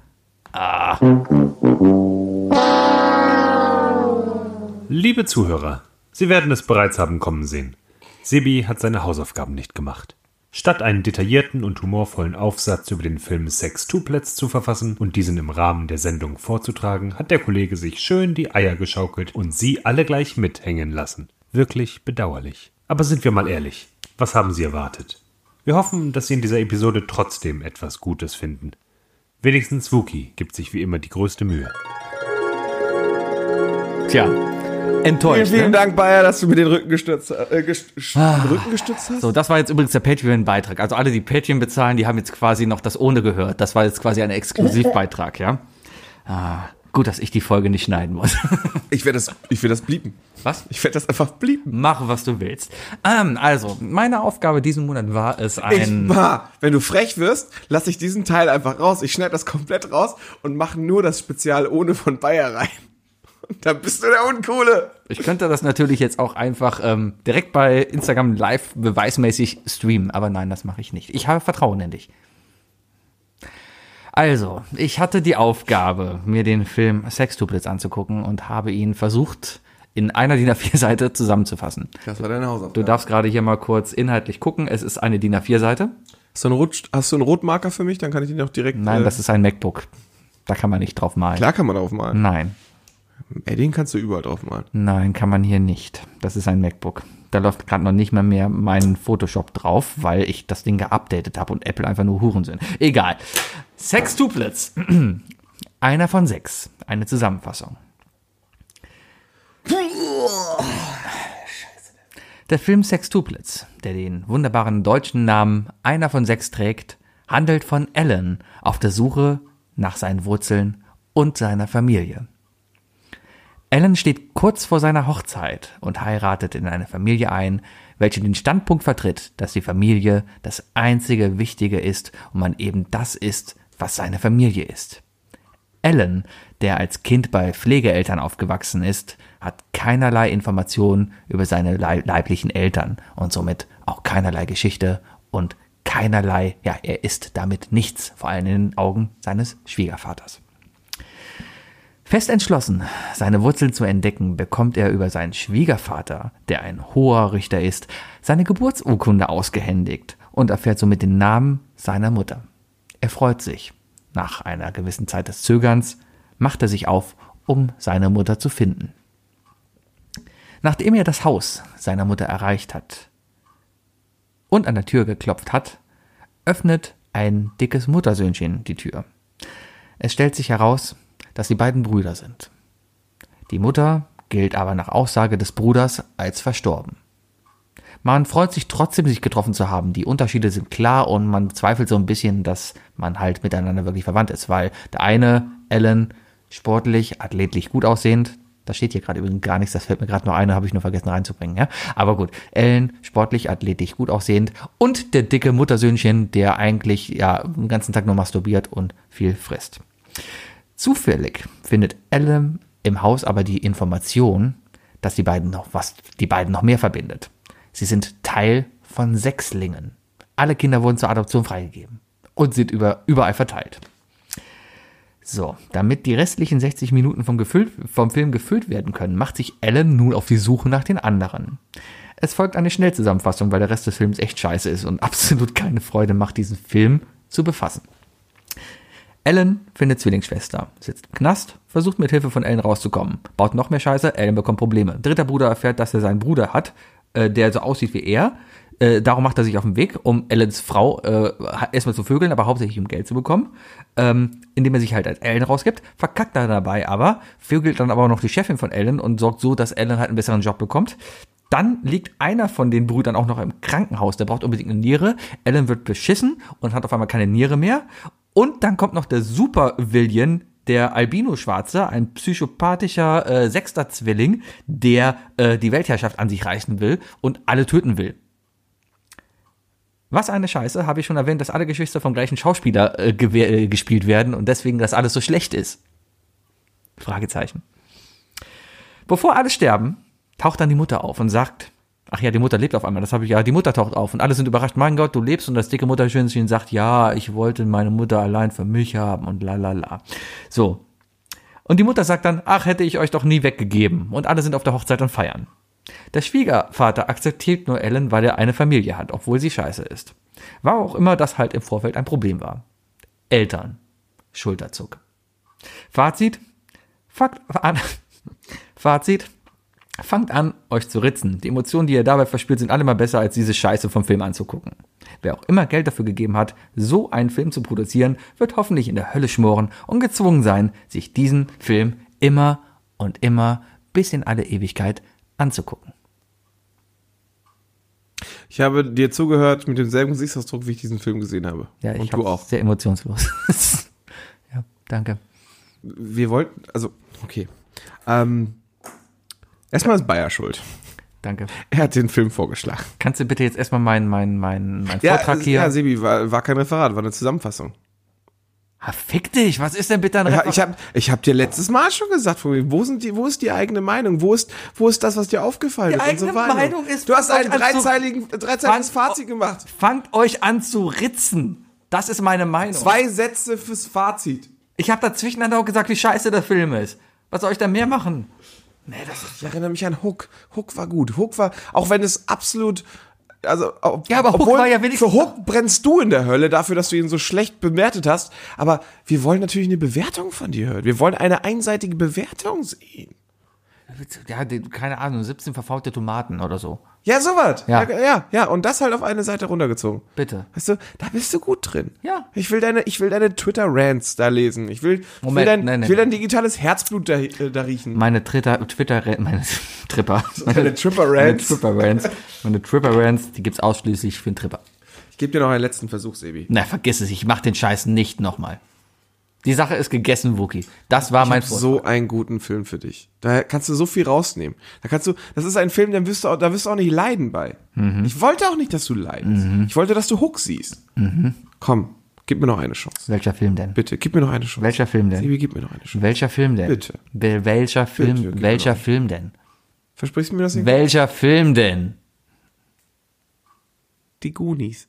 Liebe Zuhörer, Sie werden es bereits haben kommen sehen. Sebi hat seine Hausaufgaben nicht gemacht. Statt einen detaillierten und humorvollen Aufsatz über den Film Sex Tuplets zu verfassen und diesen im Rahmen der Sendung vorzutragen, hat der Kollege sich schön die Eier geschaukelt und Sie alle gleich mithängen lassen. Wirklich bedauerlich. Aber sind wir mal ehrlich, was haben Sie erwartet? Wir hoffen, dass Sie in dieser Episode trotzdem etwas Gutes finden. Wenigstens Wookie gibt sich wie immer die größte Mühe.
Tja, enttäuscht.
Vielen, vielen
ne?
Dank, Bayer, dass du mir den Rücken gestützt, äh, gest, den Rücken gestützt hast.
Ah, So, das war jetzt übrigens der Patreon-Beitrag. Also alle, die Patreon bezahlen, die haben jetzt quasi noch das ohne gehört. Das war jetzt quasi ein Exklusivbeitrag, ja? Ah, gut, dass ich die Folge nicht schneiden muss.
Ich werde das, ich werde das blieben.
Was?
Ich werde das einfach blieben.
Mach, was du willst. Ähm, also, meine Aufgabe diesen Monat war es,
Ich
ein...
war, wenn du frech wirst, lasse ich diesen Teil einfach raus. Ich schneide das komplett raus und mache nur das Spezial ohne von Bayer rein. Und dann bist du der Uncoole.
Ich könnte das natürlich jetzt auch einfach ähm, direkt bei Instagram live beweismäßig streamen, aber nein, das mache ich nicht. Ich habe Vertrauen in dich. Also, ich hatte die Aufgabe, mir den Film Sextuplets anzugucken und habe ihn versucht, in einer DIN A4-Seite zusammenzufassen.
Das war deine
Du
Hausaufgabe.
darfst gerade hier mal kurz inhaltlich gucken. Es ist eine DIN A4-Seite.
Hast du, einen Rot, hast du einen Rotmarker für mich? Dann kann ich den auch direkt.
Nein,
äh,
das ist ein MacBook. Da kann man nicht drauf malen.
Klar kann man draufmalen.
Nein, Hm.
Ey, den kannst du überall draufmalen.
nein, kann man hier nicht. Das ist ein MacBook. Da läuft gerade noch nicht mal mehr mein Photoshop drauf, weil ich das Ding geupdatet habe und Apple einfach nur Huren sind. Egal. Sextuplets. Einer von sechs. Eine Zusammenfassung. Der Film Sextuplets, der den wunderbaren deutschen Namen Einer von sechs trägt, handelt von Alan auf der Suche nach seinen Wurzeln und seiner Familie. Ellen steht kurz vor seiner Hochzeit und heiratet in eine Familie ein, welche den Standpunkt vertritt, dass die Familie das einzige Wichtige ist und man eben das ist, was seine Familie ist. Ellen, der als Kind bei Pflegeeltern aufgewachsen ist, hat keinerlei Informationen über seine lei- leiblichen Eltern und somit auch keinerlei Geschichte und keinerlei, ja, er ist damit nichts, vor allem in den Augen seines Schwiegervaters. Fest entschlossen, seine Wurzeln zu entdecken, bekommt er über seinen Schwiegervater, der ein hoher Richter ist, seine Geburtsurkunde ausgehändigt und erfährt somit den Namen seiner Mutter. Er freut sich, Nach einer gewissen Zeit des Zögerns macht er sich auf, um seine Mutter zu finden. Nachdem er das Haus seiner Mutter erreicht hat und an der Tür geklopft hat, öffnet ein dickes Muttersöhnchen die Tür. Es stellt sich heraus, dass die beiden Brüder sind. Die Mutter gilt aber nach Aussage des Bruders als verstorben. Man freut sich trotzdem, sich getroffen zu haben. Die Unterschiede sind klar und man zweifelt so ein bisschen, dass man halt miteinander wirklich verwandt ist, weil der eine, Ellen, sportlich, athletlich gut aussehend, da steht hier gerade übrigens gar nichts, das fällt mir gerade nur ein, da habe ich nur vergessen reinzubringen, ja. Aber gut, Ellen, sportlich, athletisch gut aussehend und der dicke Muttersöhnchen, der eigentlich ja den ganzen Tag nur masturbiert und viel frisst. Zufällig findet Ellen im Haus aber die Information, dass die beiden noch was, die beiden noch mehr verbindet. Sie sind Teil von Sechslingen. Alle Kinder wurden zur Adoption freigegeben und sind über, überall verteilt. So, damit die restlichen 60 Minuten vom, gefüllt, vom Film gefüllt werden können, macht sich Ellen nun auf die Suche nach den anderen. Es folgt eine Schnellzusammenfassung, weil der Rest des Films echt scheiße ist und absolut keine Freude macht, diesen Film zu befassen. Ellen findet Zwillingsschwester, sitzt im Knast, versucht mit Hilfe von Ellen rauszukommen, baut noch mehr Scheiße, Ellen bekommt Probleme. Dritter Bruder erfährt, dass er seinen Bruder hat, äh, der so aussieht wie er. Äh, darum macht er sich auf den Weg, um Ellens Frau äh, ha- erstmal zu vögeln, aber hauptsächlich um Geld zu bekommen, ähm, indem er sich halt als Ellen rausgibt, verkackt er dabei aber, vögelt dann aber noch die Chefin von Ellen und sorgt so, dass Ellen halt einen besseren Job bekommt. Dann liegt einer von den Brüdern auch noch im Krankenhaus, der braucht unbedingt eine Niere. Ellen wird beschissen und hat auf einmal keine Niere mehr. Und dann kommt noch der Super-Villain, der Albino-Schwarze, ein psychopathischer äh, sechster Zwilling, der äh, die Weltherrschaft an sich reißen will und alle töten will. Was eine Scheiße, habe ich schon erwähnt, dass alle Geschwister vom gleichen Schauspieler äh, gewehr- äh, gespielt werden und deswegen das alles so schlecht ist. Fragezeichen. Bevor alle sterben, taucht dann die Mutter auf und sagt, ach ja, die Mutter lebt auf einmal, das habe ich ja, die Mutter taucht auf und alle sind überrascht, mein Gott, du lebst und das dicke Mutterschönchen sagt, ja, ich wollte meine Mutter allein für mich haben und la la la. So. Und die Mutter sagt dann, ach, hätte ich euch doch nie weggegeben und alle sind auf der Hochzeit und feiern. Der Schwiegervater akzeptiert nur Ellen, weil er eine Familie hat, obwohl sie scheiße ist. War auch immer das halt im Vorfeld ein Problem war. Eltern. Schulterzuck. Fazit. Fakt an. Fazit. Fangt an, euch zu ritzen. Die Emotionen, die ihr dabei verspürt, sind allemal besser, als diese Scheiße vom Film anzugucken. Wer auch immer Geld dafür gegeben hat, so einen Film zu produzieren, wird hoffentlich in der Hölle schmoren und gezwungen sein, sich diesen Film immer und immer bis in alle Ewigkeit anzugucken.
Ich habe dir zugehört mit demselben Gesichtsausdruck, wie ich diesen Film gesehen habe.
Ja, ich
Und du
hab's
auch.
sehr emotionslos. ja, danke.
Wir wollten, also, okay. Ähm, erstmal ist Bayer schuld.
Danke.
Er hat den Film vorgeschlagen.
Kannst du bitte jetzt erstmal meinen mein, mein, mein Vortrag
ja,
hier.
ja, Sebi, war, war kein Referat, war eine Zusammenfassung.
ah, fick dich, was ist denn bitte ein
Ja,
Referat?
ich habe ich hab dir letztes Mal schon gesagt, von mir, wo, sind die, wo ist die eigene Meinung? Wo ist, wo ist das, was dir aufgefallen
Die
ist?
eigene Meinung ist,
du hast
fangt euch
ein
an zu-
dreizeiligen, dreizeiliges
Fangt-
Fazit gemacht.
Fangt oh, euch an zu ritzen. Das ist meine Meinung.
Zwei Sätze fürs Fazit.
Ich habe dazwischen dann auch gesagt, wie scheiße der Film ist. Was soll ich da mehr machen? Nee, das ist
Ich erinnere mich an Hook. Hook war gut. Hook war, auch wenn es absolut, also, ob,
Ja, aber Hook
obwohl,
war ja wenigstens-
Für Hook brennst du in der Hölle dafür, dass du ihn so schlecht bewertet hast. Aber wir wollen natürlich eine Bewertung von dir hören. Wir wollen eine einseitige Bewertung sehen.
ja, die- keine Ahnung, 17 verfaulte Tomaten oder so.
Ja, sowas.
Ja.
ja, ja, ja. Und das halt auf eine Seite runtergezogen.
Bitte.
Weißt du, da bist du gut drin.
Ja.
Ich will deine, ich will deine Twitter-Rants da lesen. Ich will, ich will,
Moment,
dein,
nein, nein,
ich will
nein.
dein digitales Herzblut da, äh, da riechen.
Meine Twitter, Twitter, meine Tripper.
Deine
Meine
Tripper-Rants.
Tripper-Rants. Meine Tripper-Rants, die gibt's ausschließlich für den Tripper.
Ich gebe dir noch einen letzten Versuch, Sebi.
Na, vergiss es, ich mach den Scheiß nicht nochmal. Die Sache ist gegessen, Wookie. Das war mein Vorschlag.
So einen guten Film für dich. Da kannst du so viel rausnehmen. Da kannst du, das ist ein Film, dann wirst du auch, da wirst du auch nicht leiden bei.
Mhm.
Ich wollte auch nicht, dass du leidest. Ich wollte, dass du Hook siehst.
Mhm.
Komm, gib mir noch eine Chance.
Welcher Film denn?
Bitte, gib mir noch eine Chance.
Welcher Film denn?
Sebi, gib mir noch eine Chance.
Welcher Film denn?
Bitte.
Wel- welcher Film?
Bitte, genau. gib mir
welcher Film denn?
Versprichst du mir das? nicht?
Welcher Film denn?
Die Goonies.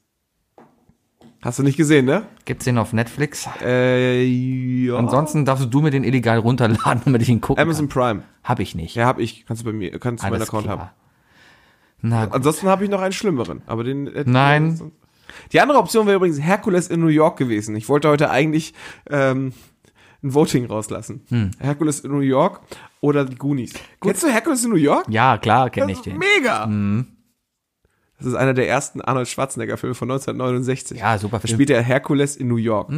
Hast du nicht gesehen, ne?
Gibt's den auf Netflix?
Äh, ja.
Ansonsten darfst du mir den illegal runterladen, damit ich ihn gucken
Amazon Prime.
kann. Hab ich nicht.
Ja, hab ich. Kannst du bei mir,
Ah,
kannst du meinen Account haben.
Na gut.
Ansonsten habe ich noch einen schlimmeren, aber den. äh,
Nein.
Die andere Option wäre übrigens Herkules in New York gewesen. Ich wollte heute eigentlich ähm, ein Voting rauslassen.
Hm.
Herkules in New York oder die Goonies. Kennst du Herkules in New York?
Ja, Hm. klar, kenne ich
Das ist
den.
Mega! Das ist einer der ersten Arnold Schwarzenegger-Filme von 1969.
Ja, super
Da
Film. Hm.
spielt er Herkules in New York.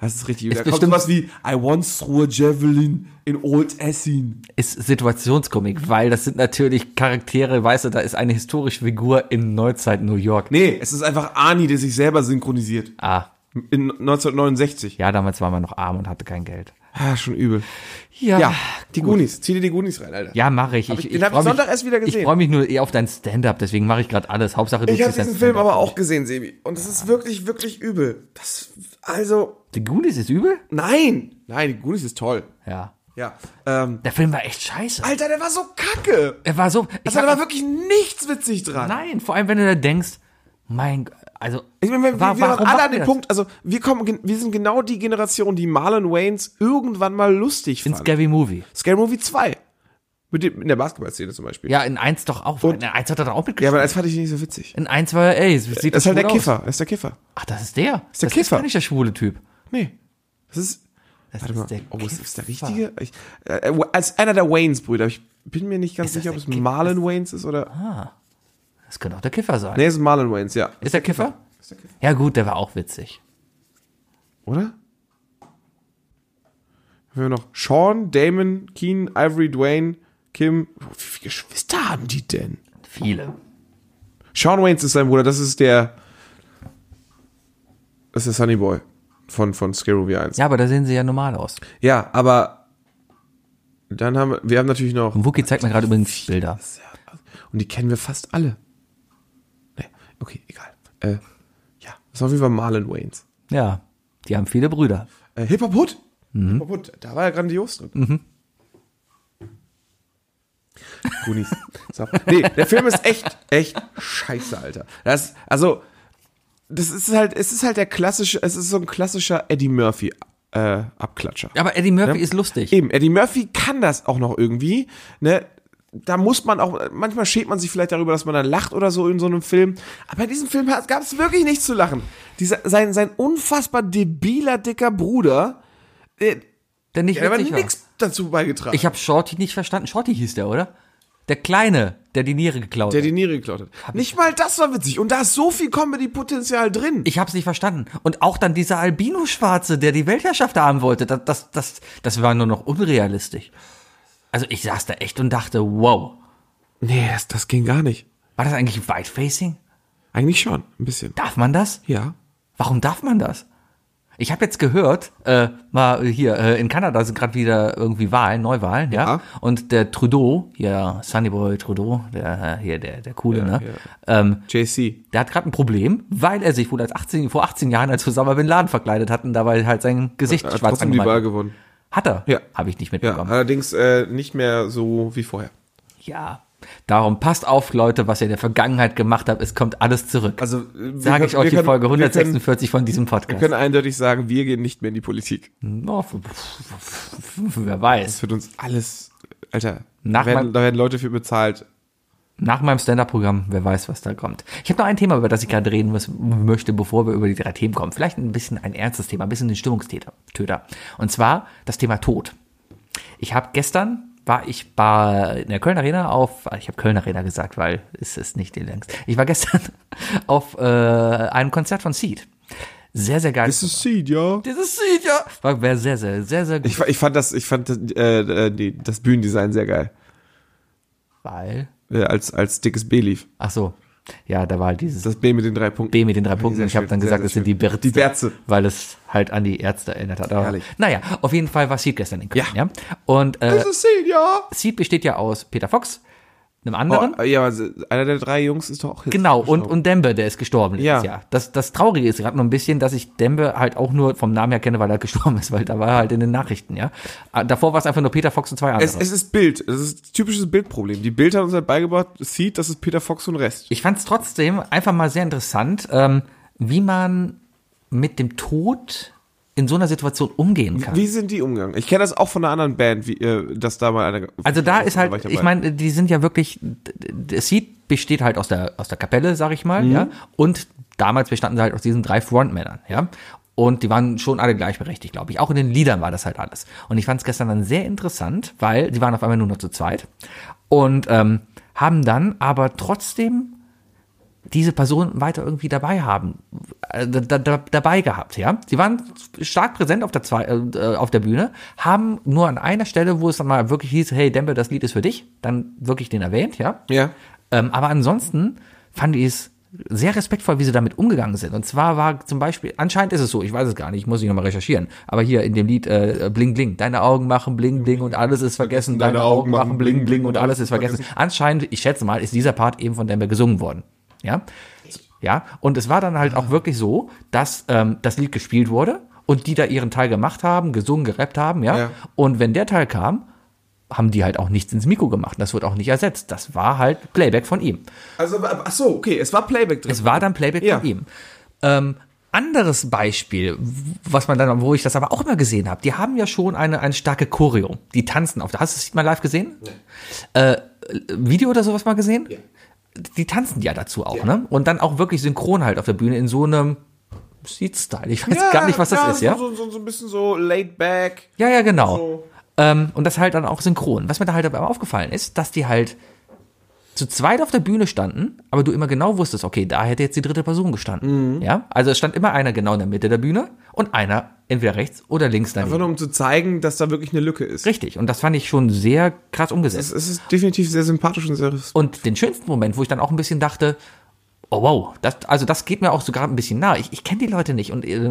Das ist richtig. da kommt
bestimmt-
sowas wie I once threw a javelin in Old Essin.
Ist Situationskomik, weil das sind natürlich Charaktere, weißt du, da ist eine historische Figur in Neuzeit New York.
Nee, es ist einfach Arnie, der sich selber synchronisiert.
Ah,
In 1969.
ja, damals war man noch arm und hatte kein Geld.
Ah, schon übel.
Ja,
Ja, die Goonies. Zieh dir die Goonies rein, Alter.
Ah, Ja, mache ich.
Hab ich-
ich
den hab ich
freu mich-
Sonntag erst wieder
Ich
gesehen.
freue mich nur eher auf dein Stand-up, deswegen mache ich gerade alles. Hauptsache du
Ich habe
ziehst dein
diesen Film
Stand-up.
aber auch gesehen, Sebi. Und es ist wirklich, wirklich übel. Das, also,
The Goonies ist übel?
nein. Nein, die Goonies ist toll.
Ja.
Ja. Ähm,
Der Film war echt scheiße.
Alter, der war so kacke.
Er war so. Ich
Also, da
hab-
war wirklich nichts witzig dran.
nein, vor allem wenn du da denkst, mein, G- also
Ich meine, wir,
wa-
wir waren alle
machen
an
wir
dem
das?
Punkt, also wir kommen, gen- wir sind genau die Generation, die Marlon Waynes irgendwann mal lustig
in
fand. Scary,
Scary Movie.
Movie 2. Mit dem, in der Basketballszene zum Beispiel.
Ja, in eins doch auch. in eins hat er doch auch
ja,
mitgespielt.
aber das fand ich nicht so witzig.
in eins war er, ey, es sieht
Das ist
gut
halt der
aus.
Kiffer. Das ist der Kiffer.
Ach, das ist der. Das ist
der
das Ist
Kiffer.
gar nicht der schwule Typ.
Nee. Das ist.
Das
Warte
ist
mal.
der
oh, ist, ist der
Kiffer.
richtige? Ich, äh, als einer der Waynes-Brüder. Ich bin mir nicht ganz
Ist das
sicher, ob
der
es
Ki-
Marlon Waynes ist oder.
Ah, Das könnte auch der Kiffer sein.
Nee, es ist Marlon Waynes, ja.
Ist der Kiffer? Ja gut, der war auch witzig.
Oder? Haben wir noch Sean, Damon, Keen, Ivory, Dwayne, Kim. Wie viele Geschwister haben die denn?
Viele.
Sean Waynes ist sein Bruder, das ist der. Das ist der Sunny Boy von, von Scary Movie 1. Ja.
Ja, aber da sehen sie ja normal aus.
aber. Dann haben wir. Wir haben natürlich noch.
Und Wookie zeigt mir gerade übrigens Bilder.
Und die kennen wir fast alle. Nee, okay, egal. Äh, ja, das war auf jeden Fall Marlon Waynes.
Ja, die haben viele Brüder.
Äh, Hip Hop Hood. Hip Hop Hood, da war er grandios drin. Goonies. So. Nee, der Film ist echt, echt scheiße, Alter. Das, also, das ist halt, es ist halt der klassische, es ist so ein klassischer Eddie Murphy äh, Abklatscher.
Aber Eddie Murphy ist lustig.
Eben, Eddie Murphy kann das auch noch irgendwie, ne? Da muss man auch, manchmal schämt man sich vielleicht darüber, dass man dann lacht oder so in so einem Film. Aber in diesem Film gab es wirklich nichts zu lachen. Dieser, sein, sein unfassbar debiler, dicker Bruder, äh,
Der nicht
der hat
witzig war.
nichts dazu beigetragen.
Ich habe Shorty nicht verstanden. Shorty hieß der, oder? Der Kleine, der die Niere geklaut
der
hat.
die Niere geklaut hat. Nicht mal das war witzig. Und da ist so viel Comedy-Potenzial drin.
Ich hab's nicht verstanden. Und auch dann dieser Albino-Schwarze, der die Weltherrschaft haben wollte, das, das, das, das war nur noch unrealistisch. Also ich saß da echt und dachte, wow,
nee, das, das ging gar nicht.
war das eigentlich Whitefacing?
Eigentlich schon, ein bisschen.
Darf man das?
Ja.
Warum darf man das? Ich habe jetzt gehört, äh, mal hier äh, in Kanada sind gerade wieder irgendwie Wahlen, Neuwahlen, ja?
Ja.
Und der Trudeau, hier Sunny Boy Trudeau, der äh, hier der der coole, ne? Ähm,
JC.
der hat gerade ein Problem, weil er sich wohl als 18 vor 18 Jahren als Osama bin Laden verkleidet hat und dabei halt sein Gesicht
Hat
schwarz
trotzdem die Wahl
angemalt. hat.
gewonnen.
Hat er?
Ja.
Habe ich nicht
Ja,
mitbekommen.
allerdings äh, nicht mehr so wie vorher.
Ja. Darum passt auf, Leute, was ihr in der Vergangenheit gemacht habt. Es kommt alles zurück.
Also, äh,
Sage
wir-
ich euch
wir
die
können-
Folge
wir können-
146 von diesem
Wir
Podcast.
können eindeutig sagen, wir gehen nicht mehr in die Politik.
Oh, f- f- f- wer weiß.
Das wird uns alles, Alter,
Nach
da
mein-
werden, da werden Leute für bezahlt.
Nach meinem Stand-Up-Programm, wer weiß, was da kommt. Ich habe noch ein Thema, über das ich gerade reden muss, möchte, bevor wir über die drei Themen kommen. Vielleicht ein bisschen ein ernstes Thema, ein bisschen den Stimmungstäter. Töter. Und zwar das Thema Tod. Ich habe gestern war ich bei in der Köln Arena auf, ich habe Köln Arena gesagt, weil es ist nicht die längst. Ich war gestern auf äh, einem Konzert von Seed. Sehr, sehr geil.
ist Seed, ja.
Dieses Seed, ja. War war sehr, sehr, sehr, sehr gut.
Ich, fa- ich fand das, ich fand das, äh, äh, die, das Bühnendesign sehr geil,
weil,
äh, als, als dickes B lief.
ach so, ja, da war halt dieses
Das B mit den drei Punkten.
B mit den drei Punkten.
sehr
Ich habe
schön,
dann
sehr,
gesagt,
sehr
das sind die
schön.
Berze.
Die Berze.
Weil es halt an die Ärzte erinnert hat. Aber,
Herrlich.
naja, auf jeden Fall war Seed gestern in Köln. Ja.
Ja. Also-
Und äh,
Das ist Seed, ja.
Seed besteht ja aus Peter Fox, einem anderen.
Oh, ja, aber se- einer der drei Jungs ist doch auch jetzt
Genau, und,
gestorben.
und Dembe, der ist gestorben letztes
Ja.
Jahr. Das, das Traurige ist gerade noch ein bisschen, dass ich Dembe halt auch nur vom Namen her kenne, weil er halt gestorben ist, weil da war er halt in den Nachrichten, ja. Ah, Davor war es einfach nur Peter Fox und zwei andere.
Es, es ist Bild. Es ist typisches Bildproblem. Die Bild hat uns halt beigebracht, Seed, das ist Peter Fox und Rest.
ich fand es trotzdem einfach mal sehr interessant, ähm, wie man mit dem Tod in so einer Situation umgehen kann.
Wie sind die umgegangen? Ich kenne das auch von einer anderen Band, wie, äh, dass da mal einer.
Also da ist
war
halt,
dabei.
ich meine,
Mhm.
die sind ja wirklich, das Seed besteht halt aus der, aus der Kapelle, sag ich mal, ja, und damals bestanden sie halt aus diesen drei Frontmännern, ja. Und die waren schon alle gleichberechtigt, glaube ich. Auch in den Liedern war das halt alles. Und ich fand es gestern dann sehr interessant, weil die waren auf einmal nur noch zu zweit und ähm, haben dann aber trotzdem diese Person weiter irgendwie dabei haben, äh, da, da, dabei gehabt, ja. Sie waren stark präsent auf der, zwei, äh, auf der Bühne, haben nur an einer Stelle, wo es dann mal wirklich hieß, hey Dembe, das Lied ist für dich, dann wirklich den erwähnt, ja.
Ja.
Ähm, aber ansonsten fand ich es sehr respektvoll, wie sie damit umgegangen sind. Und zwar war zum Beispiel, anscheinend ist es so, ich weiß es gar nicht, ich muss ich nochmal recherchieren, aber hier in dem Lied äh, Bling Bling, deine Augen machen Bling Bling und alles ist vergessen, deine, Augen machen Bling Bling und alles ist vergessen. Anscheinend, ich schätze mal, ist dieser Part eben von Dembe gesungen worden. Ja? Ja, und es war dann halt auch wirklich so, dass ähm, das Lied gespielt wurde und die da ihren Teil gemacht haben, gesungen, gerappt haben, ja.
Ja.
Und wenn der Teil kam, haben die halt auch nichts ins Mikro gemacht. Das wurde auch nicht ersetzt. Das war halt Playback von ihm.
Also, ach so, okay, es war Playback drin.
Es war dann Playback
Ja.
von ihm. Ähm, anderes Beispiel, was man dann, wo ich das aber auch immer gesehen habe, die haben ja schon eine, eine starke Choreo. Die tanzen auf. Hast du das mal live gesehen? Äh, Video oder sowas mal gesehen? Die tanzen ja dazu auch, ne? Und dann auch wirklich synchron halt auf der Bühne in so einem Seat-Style. Ich weiß gar nicht, was das ist, ja?
So, so, so ein bisschen so laid back.
Ja, ja, genau.
So.
Ähm, und das halt dann auch synchron. Was mir da halt aber aufgefallen ist, dass die halt zu zweit auf der Bühne standen, aber du immer genau wusstest, okay, da hätte jetzt die dritte Person
Mhm.
gestanden. Ja, also es stand immer einer genau in der Mitte der Bühne und einer entweder rechts oder links
Einfach
daneben.
nur um zu zeigen, dass da wirklich eine Lücke ist.
Richtig. Und das fand ich schon sehr krass umgesetzt.
Es es ist definitiv sehr sympathisch und sehr.
Und den schönsten Moment, wo ich dann auch ein bisschen dachte, oh wow, das, also das geht mir auch sogar ein bisschen nahe. Ich, ich kenne die Leute nicht und äh,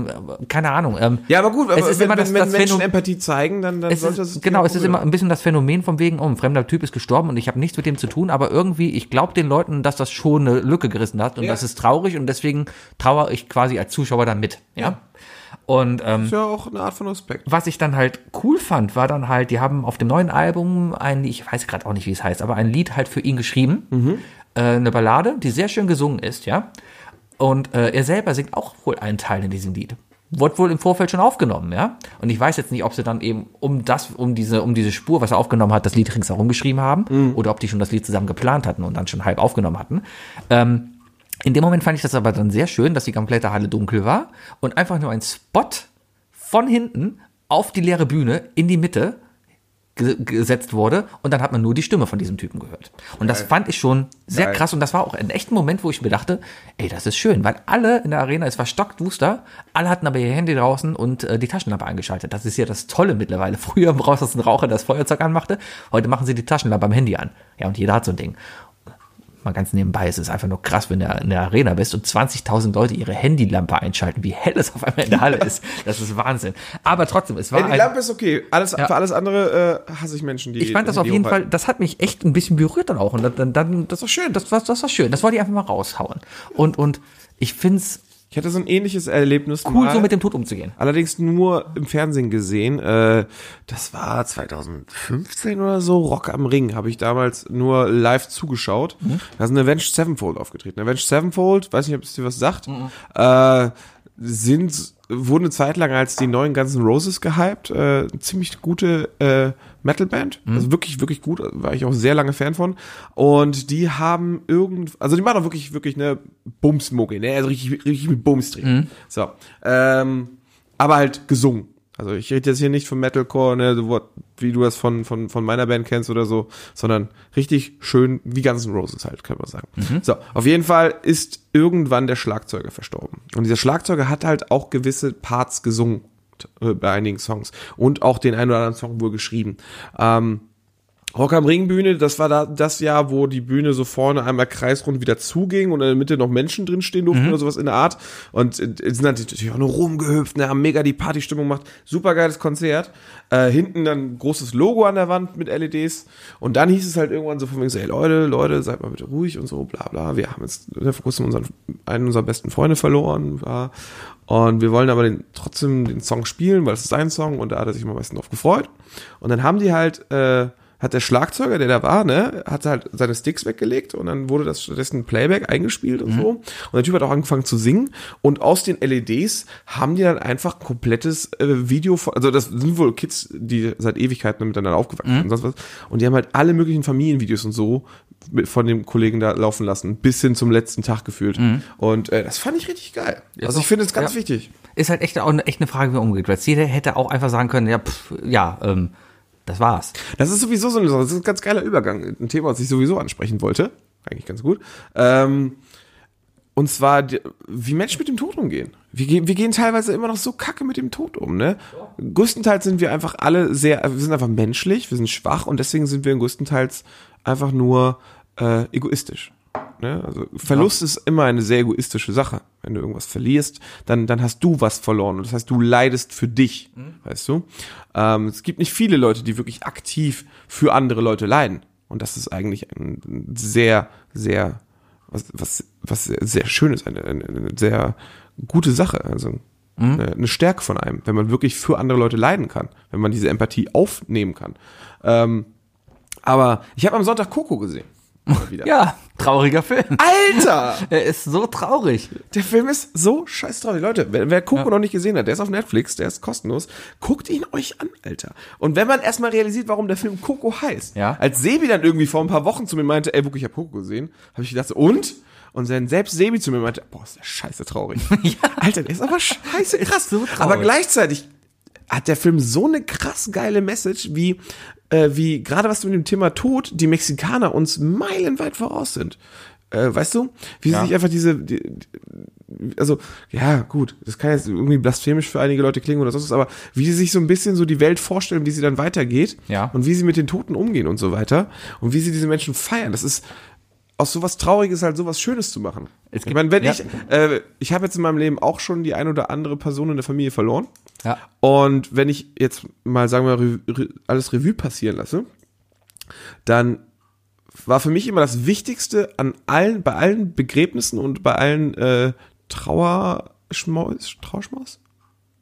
keine Ahnung. Ähm,
Ja, aber gut, aber
es ist
wenn,
immer das,
wenn, wenn
das
Menschen
Phänomen-
Empathie zeigen, dann, dann
es
sollte
ist,
das.
genau, es ist immer ein bisschen das Phänomen von wegen, oh, ein fremder Typ ist gestorben und ich habe nichts mit dem zu tun, aber irgendwie, ich glaube den Leuten, dass das schon eine Lücke gerissen hat und das ist traurig und deswegen trauere ich quasi als Zuschauer dann mit. Ja. Und ähm,
Ist ja auch eine Art von Respekt.
was ich dann halt cool fand, war dann halt, die haben auf dem neuen Album ein, ich weiß gerade auch nicht, wie es heißt, aber ein Lied halt für ihn geschrieben. Äh, eine Ballade, die sehr schön gesungen ist, ja. Und äh, er selber singt auch wohl einen Teil in diesem Lied. Wurde wohl im Vorfeld schon aufgenommen, ja. Und ich weiß jetzt nicht, ob sie dann eben um das, um diese, um diese Spur, was er aufgenommen hat, das Lied ringsherum geschrieben haben oder ob die schon das Lied zusammen geplant hatten und dann schon halb aufgenommen hatten. Ähm, in dem Moment fand ich das aber dann sehr schön, dass die komplette Halle dunkel war und einfach nur ein Spot von hinten auf die leere Bühne in die Mitte ge- gesetzt wurde und dann hat man nur die Stimme von diesem Typen gehört. Und das fand ich schon sehr krass und das war auch ein echter Moment, wo ich mir dachte, ey, das ist schön, weil alle in der Arena, es war stockduster, alle hatten aber ihr Handy draußen und äh, die Taschenlampe eingeschaltet. Das ist ja das Tolle mittlerweile. Früher brauchst du einen Raucher, der das Feuerzeug anmachte, heute machen sie die Taschenlampe am Handy an. Ja, und jeder hat so ein Ding mal ganz nebenbei, es ist einfach nur krass, wenn du in der Arena bist und 20.000 Leute ihre Handylampe einschalten, wie hell es auf einmal in der Halle ist. Das ist Wahnsinn. Aber trotzdem, es war
Ja, die
ein,
Lampe ist okay. Alles, Für alles andere äh, hasse ich Menschen, die.
ich fand das
die
auf jeden
hochhalten.
Fall, das hat mich echt ein bisschen berührt dann auch. Und dann, dann das war schön, das war, das war schön. Das wollte ich einfach mal raushauen. Und, und ich finde es
Ich hatte so ein ähnliches Erlebnis.
cool,
mal.
so mit dem Tod umzugehen.
Allerdings nur im Fernsehen gesehen. Äh, das war 2015 oder so. Rock am Ring habe ich damals nur live zugeschaut. Da sind Avenged Sevenfold aufgetreten. Avenged Sevenfold, weiß nicht, ob es dir was sagt, äh, sind wurden eine Zeit lang als die neuen ganzen Roses gehypt. Äh, ziemlich gute äh, Metalband. Also wirklich, wirklich gut. War ich auch sehr lange Fan von. Und die haben irgend, also die machen auch wirklich, wirklich eine Bumsmucke. Ne? Also richtig, richtig mit Bums drin. So. Ähm, aber halt gesungen. Also ich rede jetzt hier nicht von Metalcore, ne, so what- wie du das von, von, von meiner Band kennst oder so, sondern richtig schön wie ganzen Roses halt, kann man sagen. So, auf jeden Fall ist irgendwann der Schlagzeuger verstorben. Und dieser Schlagzeuger hat halt auch gewisse Parts gesungen äh, bei einigen Songs und auch den einen oder anderen Song wohl geschrieben. Ähm, Rock am Ring Bühne, das war da, das Jahr, wo die Bühne so vorne einmal kreisrund wieder zuging und in der Mitte noch Menschen drin stehen durften oder sowas in der Art. Und äh, sind dann natürlich auch nur rumgehüpft, ne, haben mega die Partystimmung gemacht. Super geiles Konzert. Äh, hinten dann ein großes Logo an der Wand mit LEDs. Und dann hieß es halt irgendwann so von wegen so, hey Leute, Leute, seid mal bitte ruhig und so, bla bla. Wir haben jetzt ne, vor kurzem unseren, einen unserer besten Freunde verloren. Bla. Und wir wollen aber den, trotzdem den Song spielen, weil es ist sein Song und da hat er sich immer am meisten drauf gefreut. Und dann haben die halt, äh, hat hat der Schlagzeuger, der da war, ne, hat halt seine Sticks weggelegt und dann wurde das stattdessen Playback eingespielt
Mhm.
und so. Und der Typ hat auch angefangen zu singen und aus den LEDs haben die dann einfach komplettes äh, Video, von, also das sind wohl Kids, die seit Ewigkeiten miteinander
Mhm.
aufgewachsen sind und sonst was. Und die haben halt alle möglichen Familienvideos und so mit- von dem Kollegen da laufen lassen, bis hin zum letzten Tag gefühlt. Und äh, das fand ich richtig geil.
Mhm.
also ich
auch-
finde es ganz
ja.
wichtig.
Ist halt echt, auch eine, echt eine Frage, wie man umgeht. Weil jeder hätte auch einfach sagen können, ja, pff, ja, ähm, das war's.
Das ist sowieso so eine Sache. Das ist ein ganz geiler Übergang. Ein Thema, was ich sowieso ansprechen wollte. Eigentlich ganz gut. Ähm, und zwar, die- wie Menschen mit dem Tod umgehen. Wir gehen, wir gehen teilweise immer noch so kacke mit dem Tod um, ne? Größtenteils sind wir einfach alle sehr, wir sind einfach menschlich, wir sind schwach und deswegen sind wir größtenteils einfach nur äh, egoistisch. Ne? Also Verlust ist immer eine sehr egoistische Sache. Wenn du irgendwas verlierst, dann, dann hast du was verloren. Und das heißt, du leidest für dich, weißt du? Ähm, es gibt nicht viele Leute, die wirklich aktiv für andere Leute leiden. Und das ist eigentlich ein sehr, sehr, was, was, was sehr, sehr schön ist, eine, eine, eine sehr gute Sache. Also eine, eine Stärke von einem, wenn man wirklich für andere Leute leiden kann, wenn man diese Empathie aufnehmen kann. Ähm, aber ich habe am Sonntag Coco gesehen. Mal Wieder.
Ja, trauriger Film.
Ah. Alter!
Er ist so traurig.
Der Film ist so scheiß traurig. Leute, wer, wer Coco noch nicht gesehen hat, der ist auf Netflix, der ist kostenlos. Guckt ihn euch an, Alter. Und wenn man erstmal realisiert, warum der Film Coco heißt,
Ja.
als Sebi dann irgendwie vor ein paar Wochen zu mir meinte, ey, Buck, ich hab Coco gesehen, habe ich gedacht, so, und? Und dann selbst Sebi zu mir meinte, boah, ist der scheiße traurig. Alter, der ist aber scheiße krass.
so traurig.
aber gleichzeitig hat der Film so eine krass geile Message, wie, äh, wie gerade was mit dem Thema Tod, die Mexikaner uns meilenweit voraus sind. Äh, weißt du, wie sie sich einfach diese, die, die- also ja gut, das kann jetzt irgendwie blasphemisch für einige Leute klingen oder sonst was, aber wie sie sich so ein bisschen so die Welt vorstellen, wie sie dann weitergeht
Ja.
und wie sie mit den Toten umgehen und so weiter und wie sie diese Menschen feiern, das ist aus sowas Trauriges halt sowas Schönes zu machen.
Es
ich
gibt-
meine, wenn
ja.
ich, äh, ich habe jetzt in meinem Leben auch schon die ein oder andere Person in der Familie verloren.
Ja.
Und wenn ich jetzt mal, sagen wir mal, Rev- Re- alles Revue passieren lasse, dann war für mich immer das Wichtigste an allen, bei allen Begräbnissen und bei allen äh, Trauerschmaus, Trauerschmaus?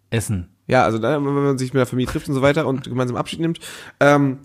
Essen.
Ja, also da, wenn man sich mit der Familie trifft und so weiter und gemeinsam Abschied nimmt, ähm,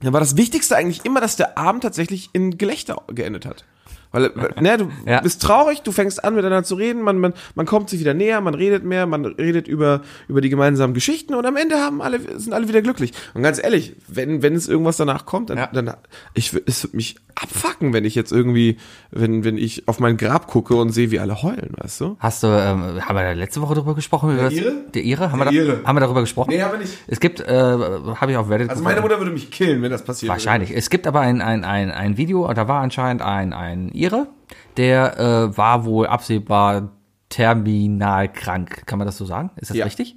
dann war das Wichtigste eigentlich immer, dass der Abend tatsächlich in Gelächter geendet hat. Weil, äh, ne, du
Ja.
bist traurig, du fängst an, miteinander zu reden, man, man, man kommt sich wieder näher, man redet mehr, man redet über, über die gemeinsamen Geschichten und am Ende haben alle, sind alle wieder glücklich. Und ganz ehrlich, wenn, wenn es irgendwas danach kommt, dann,
Ja.
dann ich, wür- es würde mich abfacken, wenn ich jetzt irgendwie, wenn, wenn ich auf mein Grab gucke und sehe, wie alle heulen, weißt du?
Hast du, ähm, haben wir da letzte Woche drüber gesprochen? Der
Ire?
Der Ire? Haben,
Der
wir
Ire.
Da, haben wir darüber gesprochen?
Nee, haben wir nicht.
Es gibt, äh, habe ich auf Reddit
Also
gefunden.
meine Mutter würde mich killen, wenn das passiert. würde.
Wahrscheinlich. Es gibt aber ein, ein, ein, ein Video, da war anscheinend ein, ein Ire, der äh, war wohl absehbar terminal krank. Kann man das so sagen? Ist das
Ja.
richtig?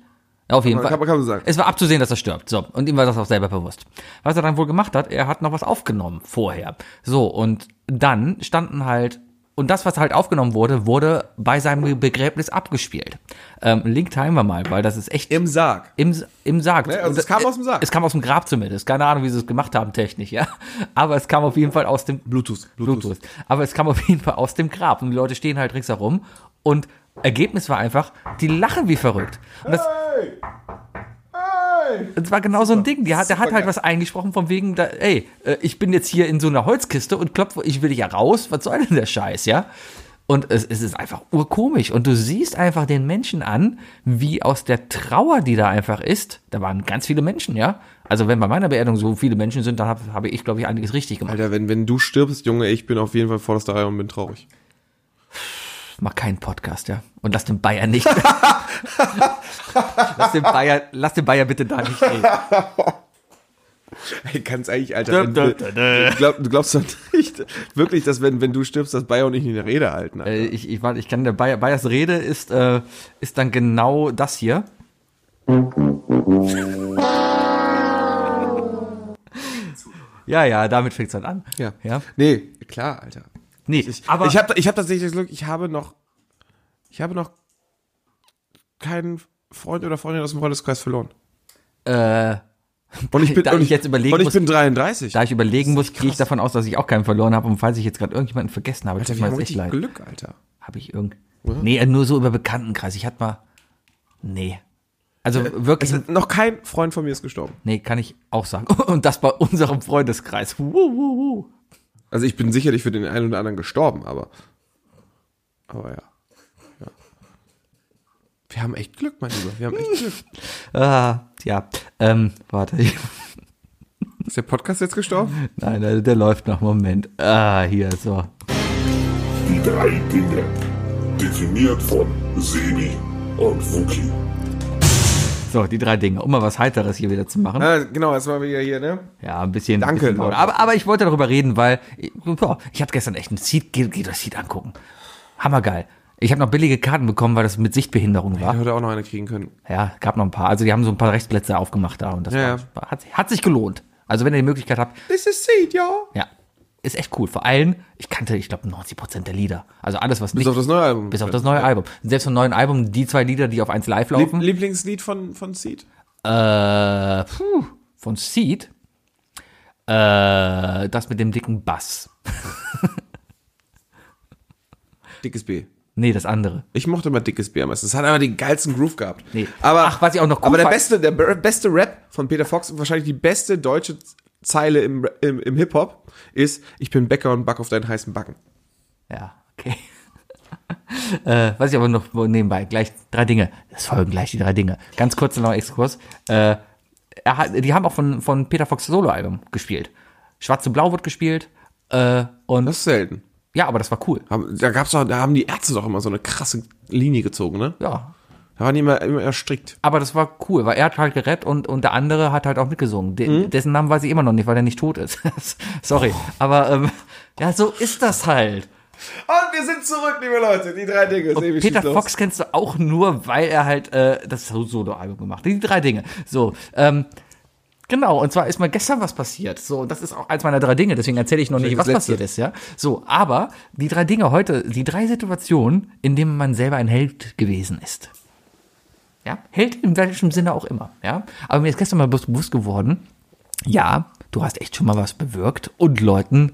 Ja, auf jeden
man-
Fall.
kann man- kann man so sagen.
Es war abzusehen, dass er stirbt. So. Und ihm war das auch selber bewusst. Was er dann wohl gemacht hat, er hat noch was aufgenommen vorher. So, und dann standen halt. Und das, was halt aufgenommen wurde, wurde bei seinem Begräbnis abgespielt. Ähm, Link teilen wir mal, weil das ist echt
Im Sarg.
im, im Sarg.
Ne, also
Und
es kam aus dem Sarg.
Es kam aus dem Grab zumindest. Keine Ahnung, wie sie es gemacht haben technisch, ja. Aber es kam auf jeden Fall aus dem Bluetooth. Bluetooth. Aber es kam auf jeden Fall aus dem Grab. Und die Leute stehen halt ringsherum. Und Ergebnis war einfach, die lachen wie verrückt. Und das, das war genau so ein Ding. Die hat, der hat halt was eingesprochen von wegen, da, ey, äh, ich bin jetzt hier in so einer Holzkiste und klopfe, ich will dich ja raus. Was soll denn der Scheiß, ja? Und es, es ist einfach urkomisch. Und du siehst einfach den Menschen an, wie aus der Trauer, die da einfach ist, da waren ganz viele Menschen, ja. Also wenn bei meiner Beerdigung so viele Menschen sind, dann hab- habe ich, glaube ich, einiges richtig gemacht.
Alter, wenn, wenn du stirbst, Junge, ich bin auf jeden Fall vorderster Reihe und bin traurig.
Mach keinen Podcast, ja. Und lass den Bayer nicht. lass, den Bayer, lass den Bayer bitte da nicht reden.
Ey, ganz eigentlich, Alter. Wenn, du, glaub, du glaubst doch nicht, wirklich, dass wenn, wenn du stirbst, dass Bayer und ich nicht eine Rede halten. Alter.
Äh, ich, ich, warte, ich kann der Bayer, Bayers Rede ist, äh, ist dann genau das hier. Ja, ja, damit fängt's halt an.
Ja.
ja.
Nee, klar, Alter.
Nee,
Ich,
aber
ich habe ich hab tatsächlich das Glück, ich habe noch, ich habe noch keinen Freund oder Freundin aus dem Freundeskreis verloren.
äh,
Und ich bin,
Da
und
ich jetzt überlegen
und ich
muss-
bin 33.
da ich überlegen muss, gehe ich davon aus, dass ich auch keinen verloren habe. Und falls ich jetzt gerade irgendjemanden vergessen habe,
Alter,
tut
wir
mir
haben
das echt
richtig
leid.
Glück, Alter.
äh, Habe ich irgend. Nee, nur so über Bekanntenkreis. Ich hatte mal. Nee. Also
Äh,
wirklich,
Noch kein Freund von mir ist gestorben.
nee, kann ich auch sagen. Und das bei unserem Freundeskreis. Wuh, wuh, wuh.
Also ich bin sicherlich für den einen oder anderen gestorben, aber. Aber ja. ja. Wir haben echt Glück, mein Lieber. Wir haben echt Glück.
Ah, ja. Ähm, warte, ich
Ist der Podcast jetzt gestorben?
Nein, der, der läuft noch. Moment. Ah, hier, so.
Die drei Dinge. Definiert von Sebi und Wookie.
So, die drei Dinge. Um mal was Heiteres hier wieder zu machen.
Ah, genau, jetzt waren wir wieder hier, ne?
Ja, ein bisschen.
Danke,
Bisschen Paul.
Leute.
aber, aber ich wollte darüber reden, weil ich, boah, ich hatte gestern echt ein Seat, geht, geht das Seat angucken. Hammergeil. Ich habe noch billige Karten bekommen, weil das mit Sichtbehinderung
Ich
war.
hätte auch noch eine kriegen können.
Ja, gab noch ein paar. Also die haben so ein paar Rechtsplätze aufgemacht da und das
Ja,
war, hat, hat sich gelohnt. Also wenn ihr die Möglichkeit habt,
This is Seed, ja.
ja, ist echt cool. Vor allem, ich kannte, ich glaube, 90 Prozent der Lieder. Also alles, was
Bis
nicht,
auf das neue Album.
bis auf das neue Album. Selbst vom neuen Album, die zwei Lieder, die auf 1 live
Lieb
laufen.
Lieblingslied von, von Seed?
Äh, puh, von Seed. Äh, das mit dem dicken Bass.
Dickes B.
Nee, das andere.
Ich mochte immer Dickes B am meisten. Es hat aber den geilsten Groove gehabt.
Nee.
Aber,
Ach, was ich auch noch cool
Aber der
fand-
beste, der be- beste Rap von Peter Fox und wahrscheinlich die beste deutsche Zeile im, Ra- im, im Hip-Hop ist, ich bin Bäcker und back auf deinen heißen Backen.
Ja, okay. äh, was ich aber noch nebenbei, gleich drei Dinge. Es folgen gleich die drei Dinge. Ganz kurz noch Exkurs. Äh, er hat, die haben auch von, von Peter Fox Soloalbum gespielt. Schwarz und Blau wird gespielt. Äh, und
Das ist selten.
ja, aber das war cool.
Haben- Da gab's doch, da haben die Ärzte doch immer so eine krasse Linie gezogen, ne?
Ja.
Da waren die immer, immer eher strikt.
Aber das war cool, weil er hat halt gerappt und, und der andere hat halt auch mitgesungen. De, Dessen Namen weiß ich immer noch nicht, weil er nicht tot ist. Sorry. Aber ähm, ja, so ist das halt.
Und wir sind zurück, liebe Leute. Die drei Dinge. Sebi, schieß
Peter
los.
Fox kennst du auch nur, weil er halt äh, das Solo-Album gemacht hat. Die drei Dinge. So, ähm, genau. Und zwar ist mal gestern was passiert. So, und das ist auch eins meiner drei Dinge. Deswegen erzähle ich noch nicht,
das
was
Letzte.
passiert ist. Ja. So, aber die drei Dinge heute, die drei Situationen, in denen man selber ein Held gewesen ist. Ja, Held in welchem Sinne auch immer. Ja, aber mir ist gestern mal bewusst- bewusst geworden, ja, du hast echt schon mal was bewirkt und Leuten,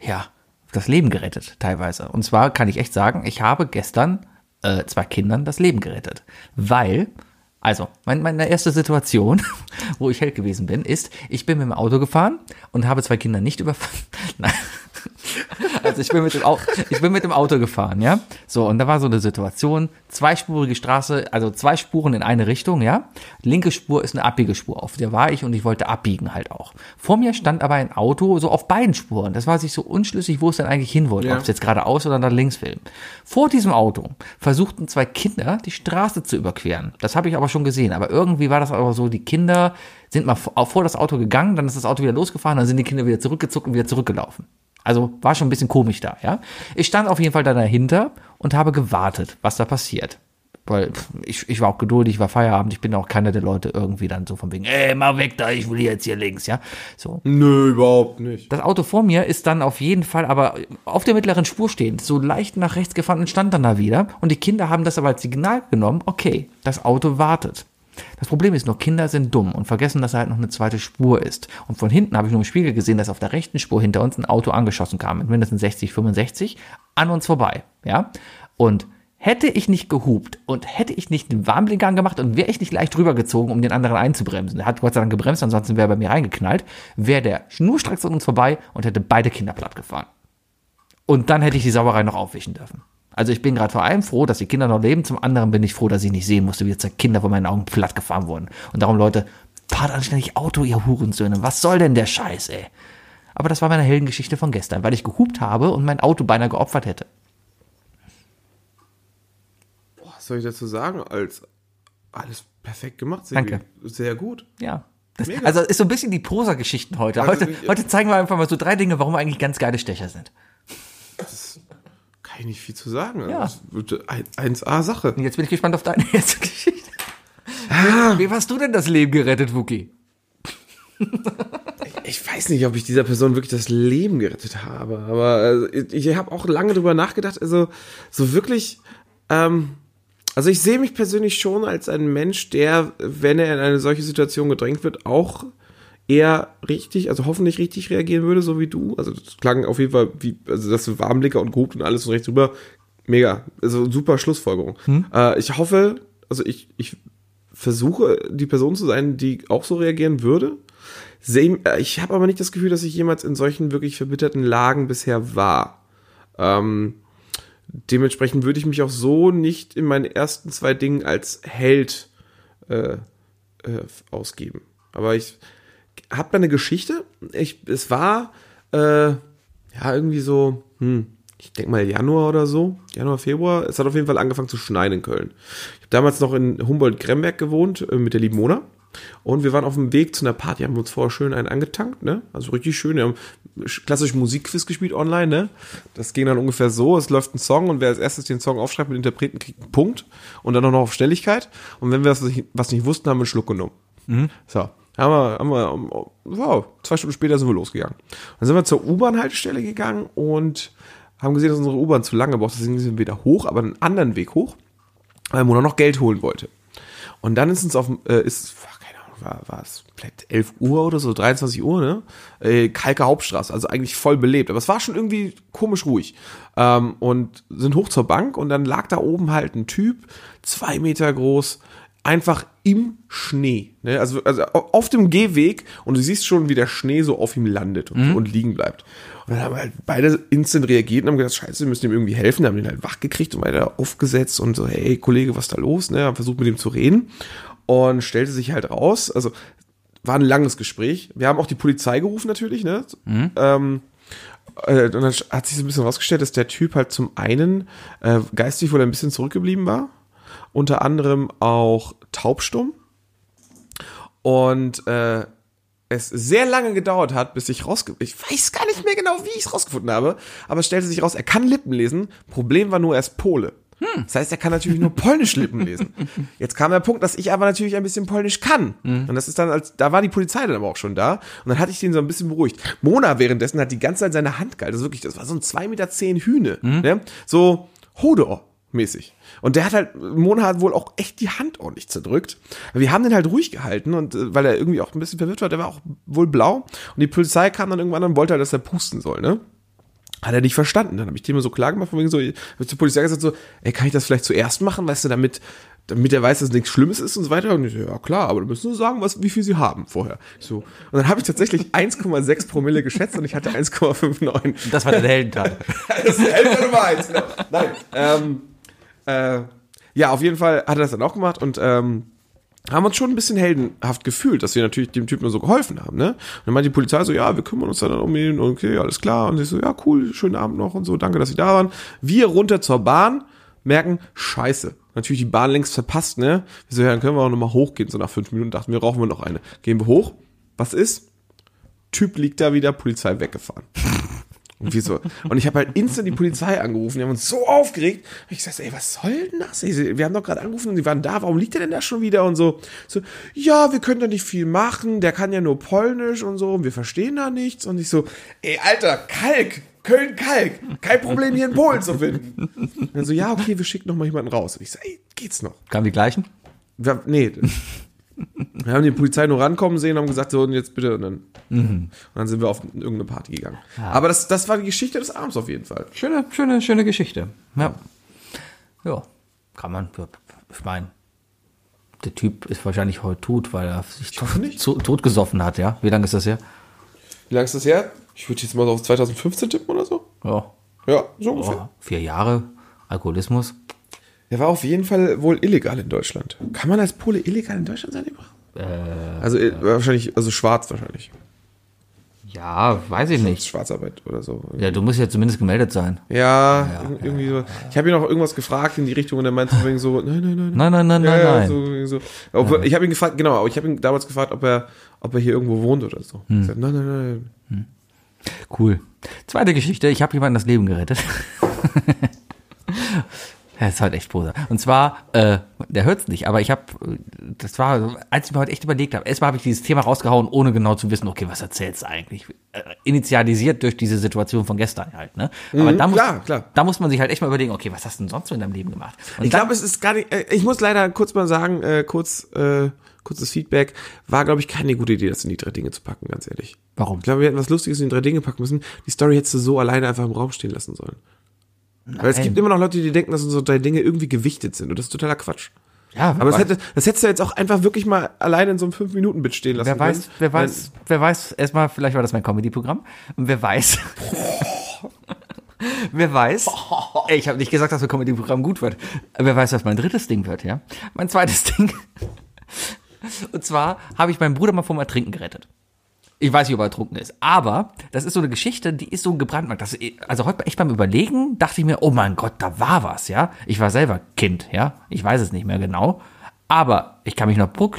ja, das Leben gerettet teilweise. Und zwar kann ich echt sagen, ich habe gestern äh, zwei Kindern das Leben gerettet, weil also, mein, meine erste Situation, wo ich Held gewesen bin, ist, ich bin mit dem Auto gefahren und habe zwei Kinder nicht überfahren. Nein. Also ich bin, mit dem Au- ich bin mit dem Auto gefahren, ja. So, und da war so eine Situation, zweispurige Straße, also zwei Spuren in eine Richtung, ja. Linke Spur ist eine abbiege Spur, auf der war ich und ich wollte abbiegen halt auch. Vor mir stand aber ein Auto so auf beiden Spuren. Das war sich so unschlüssig, wo es denn eigentlich hin wollte,
Ja.
ob es jetzt geradeaus oder nach links will. Vor diesem Auto versuchten zwei Kinder, die Straße zu überqueren. Das habe ich aber schon gesehen, aber irgendwie war das aber so, die Kinder sind mal vor vor das Auto gegangen, dann ist das Auto wieder losgefahren, dann sind die Kinder wieder zurückgezuckt und wieder zurückgelaufen. Also war schon ein bisschen komisch da, ja. Ich stand auf jeden Fall da dahinter und habe gewartet, was da passiert. Weil pff, ich, ich war auch geduldig, war Feierabend, ich bin auch keiner der Leute irgendwie dann so von wegen, ey, mal weg da, ich will jetzt hier links, ja. So.
Nö, überhaupt nicht.
Das Auto vor mir ist dann auf jeden Fall aber auf der mittleren Spur stehend, so leicht nach rechts gefahren und stand dann da wieder. Und die Kinder haben das aber als Signal genommen, okay, das Auto wartet. Das Problem ist nur, Kinder sind dumm und vergessen, dass da halt noch eine zweite Spur ist. Und von hinten habe ich nur im Spiegel gesehen, dass auf der rechten Spur hinter uns ein Auto angeschossen kam, mit mindestens 60, 65, an uns vorbei. Ja? Und hätte ich nicht gehupt und hätte ich nicht den Warnblinker angemacht und wäre ich nicht leicht rübergezogen, um den anderen einzubremsen, der hat Gott sei Dank gebremst, ansonsten wäre er bei mir reingeknallt, wäre der schnurstracks an uns vorbei und hätte beide Kinder platt gefahren. Und dann hätte ich die Sauerei noch aufwischen dürfen. Also ich bin gerade vor allem froh, dass die Kinder noch leben, zum anderen bin ich froh, dass ich nicht sehen musste, wie jetzt Kinder vor meinen Augen platt gefahren wurden. Und darum, Leute, fahrt anständig Auto, ihr Hurensöhne, was soll denn der Scheiß, ey? Aber das war meine Heldengeschichte von gestern, weil ich gehupt habe und mein Auto beinahe geopfert hätte.
Was soll ich dazu sagen? Als alles perfekt gemacht, Sebi.
Danke.
Sehr gut.
Ja. Das,
Mega.
also ist so ein bisschen die Prosa-Geschichten heute.
Also
Heute,
ich-
heute zeigen wir einfach mal so drei Dinge, warum wir eigentlich ganz geile Stecher sind.
Kann ich nicht viel zu sagen.
Ja.
Das wird ein- 1A Sache.
Und jetzt bin ich gespannt auf deine erste Geschichte. Wie hast du denn das Leben gerettet, Wookie?
Ich weiß nicht, ob ich dieser Person wirklich das Leben gerettet habe, aber äh, ich, ich habe auch lange drüber nachgedacht. Also, so wirklich, ähm, also ich sehe mich persönlich schon als ein Mensch, der, wenn er in eine solche Situation gedrängt wird, auch eher richtig, also hoffentlich richtig reagieren würde, so wie du. Also das klang auf jeden Fall wie, also das Warmblicker und gehupt und alles und rechts rüber. Mega. Also super Schlussfolgerung. Äh, ich hoffe, also ich, ich versuche, die Person zu sein, die auch so reagieren würde. Same, äh, ich habe aber nicht das Gefühl, dass ich jemals in solchen wirklich verbitterten Lagen bisher war. Ähm, dementsprechend würde ich mich auch so nicht in meinen ersten zwei Dingen als Held äh, äh, ausgeben. Aber ich habe da eine Geschichte. Ich, es war äh, ja irgendwie so, hm, ich denke mal Januar oder so, Januar, Februar. Es hat auf jeden Fall angefangen zu schneien in Köln. Ich habe damals noch in Humboldt-Gremberg gewohnt äh, mit der lieben Mona. Und wir waren auf dem Weg zu einer Party, haben uns vorher schön einen angetankt, ne? Also richtig schön. Wir haben klassisch Musikquiz gespielt online, ne? Das ging dann ungefähr so: Es läuft ein Song und wer als erstes den Song aufschreibt mit Interpreten, kriegt einen Punkt und dann auch noch auf Schnelligkeit. Und wenn wir was nicht, was nicht wussten, haben wir einen Schluck genommen. So. Haben wir, haben wir, um, um, wow, zwei Stunden später sind wir losgegangen. Dann sind wir zur U-Bahn-Haltestelle gegangen und haben gesehen, dass unsere U-Bahn zu lange braucht. Deswegen sind wir wieder hoch, aber einen anderen Weg hoch, weil Mona noch Geld holen wollte. Und dann ist uns auf, dem- äh, ist, boah, keine Ahnung, war, war es vielleicht 11 Uhr oder so, 23 Uhr, ne? Äh, Kalke Hauptstraße, also eigentlich voll belebt. Aber es war schon irgendwie komisch ruhig. Ähm, und sind hoch zur Bank und dann lag da oben halt ein Typ, zwei Meter groß, einfach im Schnee. Ne? Also, also auf dem Gehweg und du siehst schon, wie der Schnee so auf ihm landet und, und liegen bleibt. Und dann haben halt beide instant reagiert und haben gedacht, scheiße, wir müssen ihm irgendwie helfen. Dann haben ihn halt wach gekriegt und weiter aufgesetzt und so, hey Kollege, was ist da los? Ne? Haben versucht mit ihm zu reden und stellte sich halt raus. Also war ein langes Gespräch. Wir haben auch die Polizei gerufen natürlich. Ne? Ähm, äh, und dann hat sich so ein bisschen rausgestellt, dass der Typ halt zum einen äh, geistig wohl ein bisschen zurückgeblieben war, unter anderem auch taubstumm und äh, es sehr lange gedauert hat, bis ich rausge... Ich weiß gar nicht mehr genau, wie ich es rausgefunden habe, aber es stellte sich raus, er kann Lippen lesen. Problem war nur, er ist Pole. Das heißt, er kann natürlich nur polnisch Lippen lesen. Jetzt kam der Punkt, dass ich aber natürlich ein bisschen polnisch kann. Und das ist dann als, da war die Polizei dann aber auch schon da. Und dann hatte ich den so ein bisschen beruhigt. Mona währenddessen hat die ganze Zeit seine Hand gehalten. Also wirklich, das war so ein 2,10 Meter Hühne. Ne? So Hodor mäßig. Und der hat halt, Mona hat wohl auch echt die Hand ordentlich zerdrückt. Aber Wir haben den halt ruhig gehalten und äh, weil er irgendwie auch ein bisschen verwirrt war, der war auch wohl blau. Und die Polizei kam dann irgendwann und wollte halt, dass er pusten soll, ne? Hat er nicht verstanden. Dann habe ich dem so klar gemacht, von wegen so, hab ich zur Polizei gesagt, so, ey, kann ich das vielleicht zuerst machen, weißt du, damit, damit er weiß, dass nichts Schlimmes ist und so weiter. Und ich so, ja klar, aber du musst nur sagen, was, wie viel sie haben vorher. So. Und dann habe ich tatsächlich 1,6 Promille geschätzt und ich hatte 1,59.
Das war der Heldenteil.
Das ist Elfer Nummer eins. Genau. Nein. Ähm, äh, ja, auf jeden Fall hat er das dann auch gemacht und ähm, haben uns schon ein bisschen heldenhaft gefühlt, dass wir natürlich dem Typen nur so geholfen haben, ne? Und dann meinte die Polizei so, ja, wir kümmern uns dann um ihn, okay, alles klar. Und ich so, ja, cool, schönen Abend noch und so, danke, dass Sie da waren. Wir runter zur Bahn, merken, scheiße. Natürlich die Bahn längst verpasst, ne? Wir so, ja, dann können wir auch nochmal hochgehen, so nach fünf Minuten dachten wir, rauchen wir noch eine. Gehen wir hoch, was ist? Typ liegt da wieder, Polizei weggefahren. Und, wir so, und ich habe halt instant die Polizei angerufen. Die haben uns so aufgeregt. Und ich sagte, ey, was soll denn das? Ich so, Wir haben doch gerade angerufen und die waren da. Warum liegt der denn da schon wieder? Und so, so, ja, wir können da nicht viel machen. Der kann ja nur Polnisch und so. Und wir verstehen da nichts. Und ich so, ey, Alter, Kalk, Köln-Kalk. Kein Problem, hier in Polen zu finden. Und dann so, ja, okay, wir schicken noch mal jemanden raus. Und ich so, ey, geht's noch?
Kamen die gleichen?
Wir, haben- nee. Wir haben die Polizei nur rankommen sehen und haben gesagt, so und jetzt bitte. Und dann, und dann sind wir auf irgendeine Party gegangen. Aber das, das war die Geschichte des Abends auf jeden Fall.
Schöne, schöne, schöne Geschichte. Ja. Ja, kann man. ja, Ich meine, der Typ ist wahrscheinlich heute tot, weil er sich tot,
hoffe nicht.
zu- totgesoffen hat, ja? Wie lange ist das her?
Wie lange ist das her? Ich würde jetzt mal so auf 2015 tippen oder so.
Ja.
Ja, so
Oh,
ungefähr.
vier Jahre Alkoholismus.
Er war auf jeden Fall wohl illegal in Deutschland. Kann man als Pole illegal in Deutschland sein? Ibrahim? also äh, wahrscheinlich, also schwarz wahrscheinlich.
Ja, weiß ich
Das ist
nicht.
Schwarzarbeit oder so.
Ja, du musst ja zumindest gemeldet sein.
Ja, ir- irgendwie so. Ich habe ihn auch irgendwas gefragt in die Richtung und er meinte wegen so, nein, nein, nein.
Nein, nein, nein,
ja,
nein,
ja,
nein.
So, wegen so. Ob, Ich habe ihn gefragt, genau, aber ich habe ihn damals gefragt, ob er, ob er hier irgendwo wohnt oder so.
Hm.
Ich sag, nein, nein, nein.
Cool. Zweite Geschichte, ich habe jemandem das Leben gerettet. Das ist halt echt Prosa. Und zwar, äh, der hört's nicht, aber ich habe, das war, als ich mir heute echt überlegt habe, erstmal habe ich dieses Thema rausgehauen, ohne genau zu wissen, okay, was erzählst du eigentlich? Äh, initialisiert durch diese Situation von gestern halt, ne? Aber da, muss,
Mhm, klar, klar.
da muss man sich halt echt mal überlegen, okay, was hast du denn sonst so in deinem Leben gemacht? Und
Ich
dann-
glaube, es ist gar nicht, äh, ich muss leider kurz mal sagen, äh, kurz, äh, kurzes Feedback, war, glaube ich, keine gute Idee, das in die drei Dinge zu packen, ganz ehrlich.
Warum?
Ich glaube, wir hätten was Lustiges in die drei Dinge packen müssen. Die Story hättest du so alleine einfach im Raum stehen lassen sollen. Weil es gibt immer noch Leute, die denken, dass unsere drei Dinge irgendwie gewichtet sind. Und das ist totaler Quatsch.
Ja,
Aber das,
hätte
hätte, das hättest du jetzt auch einfach wirklich mal alleine in so einem 5-Minuten-Bit stehen lassen
Wer weiß,
können.
wer weiß, wer weiß, erstmal, vielleicht war das mein Comedy-Programm. Und wer weiß. wer weiß. Ey, ich habe nicht gesagt, dass mein Comedy-Programm gut wird. Wer weiß, was mein drittes Ding wird, ja? Mein zweites Ding. Und zwar habe ich meinen Bruder mal vom Ertrinken gerettet. Ich weiß nicht, ob er ertrunken ist, aber das ist so eine Geschichte, die ist so gebrandmarkt. Das, also heute echt beim Überlegen dachte ich mir, oh mein Gott, da war was, ja. Ich war selber Kind, ja. Ich weiß es nicht mehr genau, aber ich kann mich noch bruch,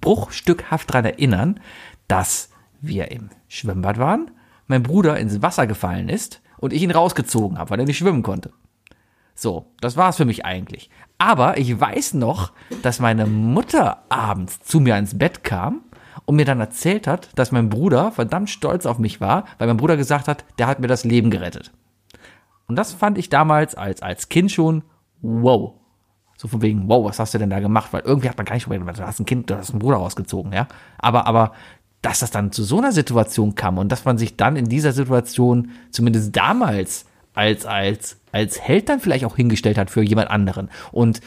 bruchstückhaft daran erinnern, dass wir im Schwimmbad waren, mein Bruder ins Wasser gefallen ist und ich ihn rausgezogen habe, weil er nicht schwimmen konnte. So, das war's für mich eigentlich. Aber ich weiß noch, dass meine Mutter abends zu mir ins Bett kam und mir dann erzählt hat, dass mein Bruder verdammt stolz auf mich war, weil mein Bruder gesagt hat, der hat mir das Leben gerettet. Und das fand ich damals als, als Kind schon wow. So von wegen, wow, was hast du denn da gemacht? Weil irgendwie hat man gar nicht überlegt, du hast ein Kind, du hast einen Bruder rausgezogen, ja. Aber, aber, dass das dann zu so einer Situation kam und dass man sich dann in dieser Situation, zumindest damals, als, als, als Held dann vielleicht auch hingestellt hat für jemand anderen und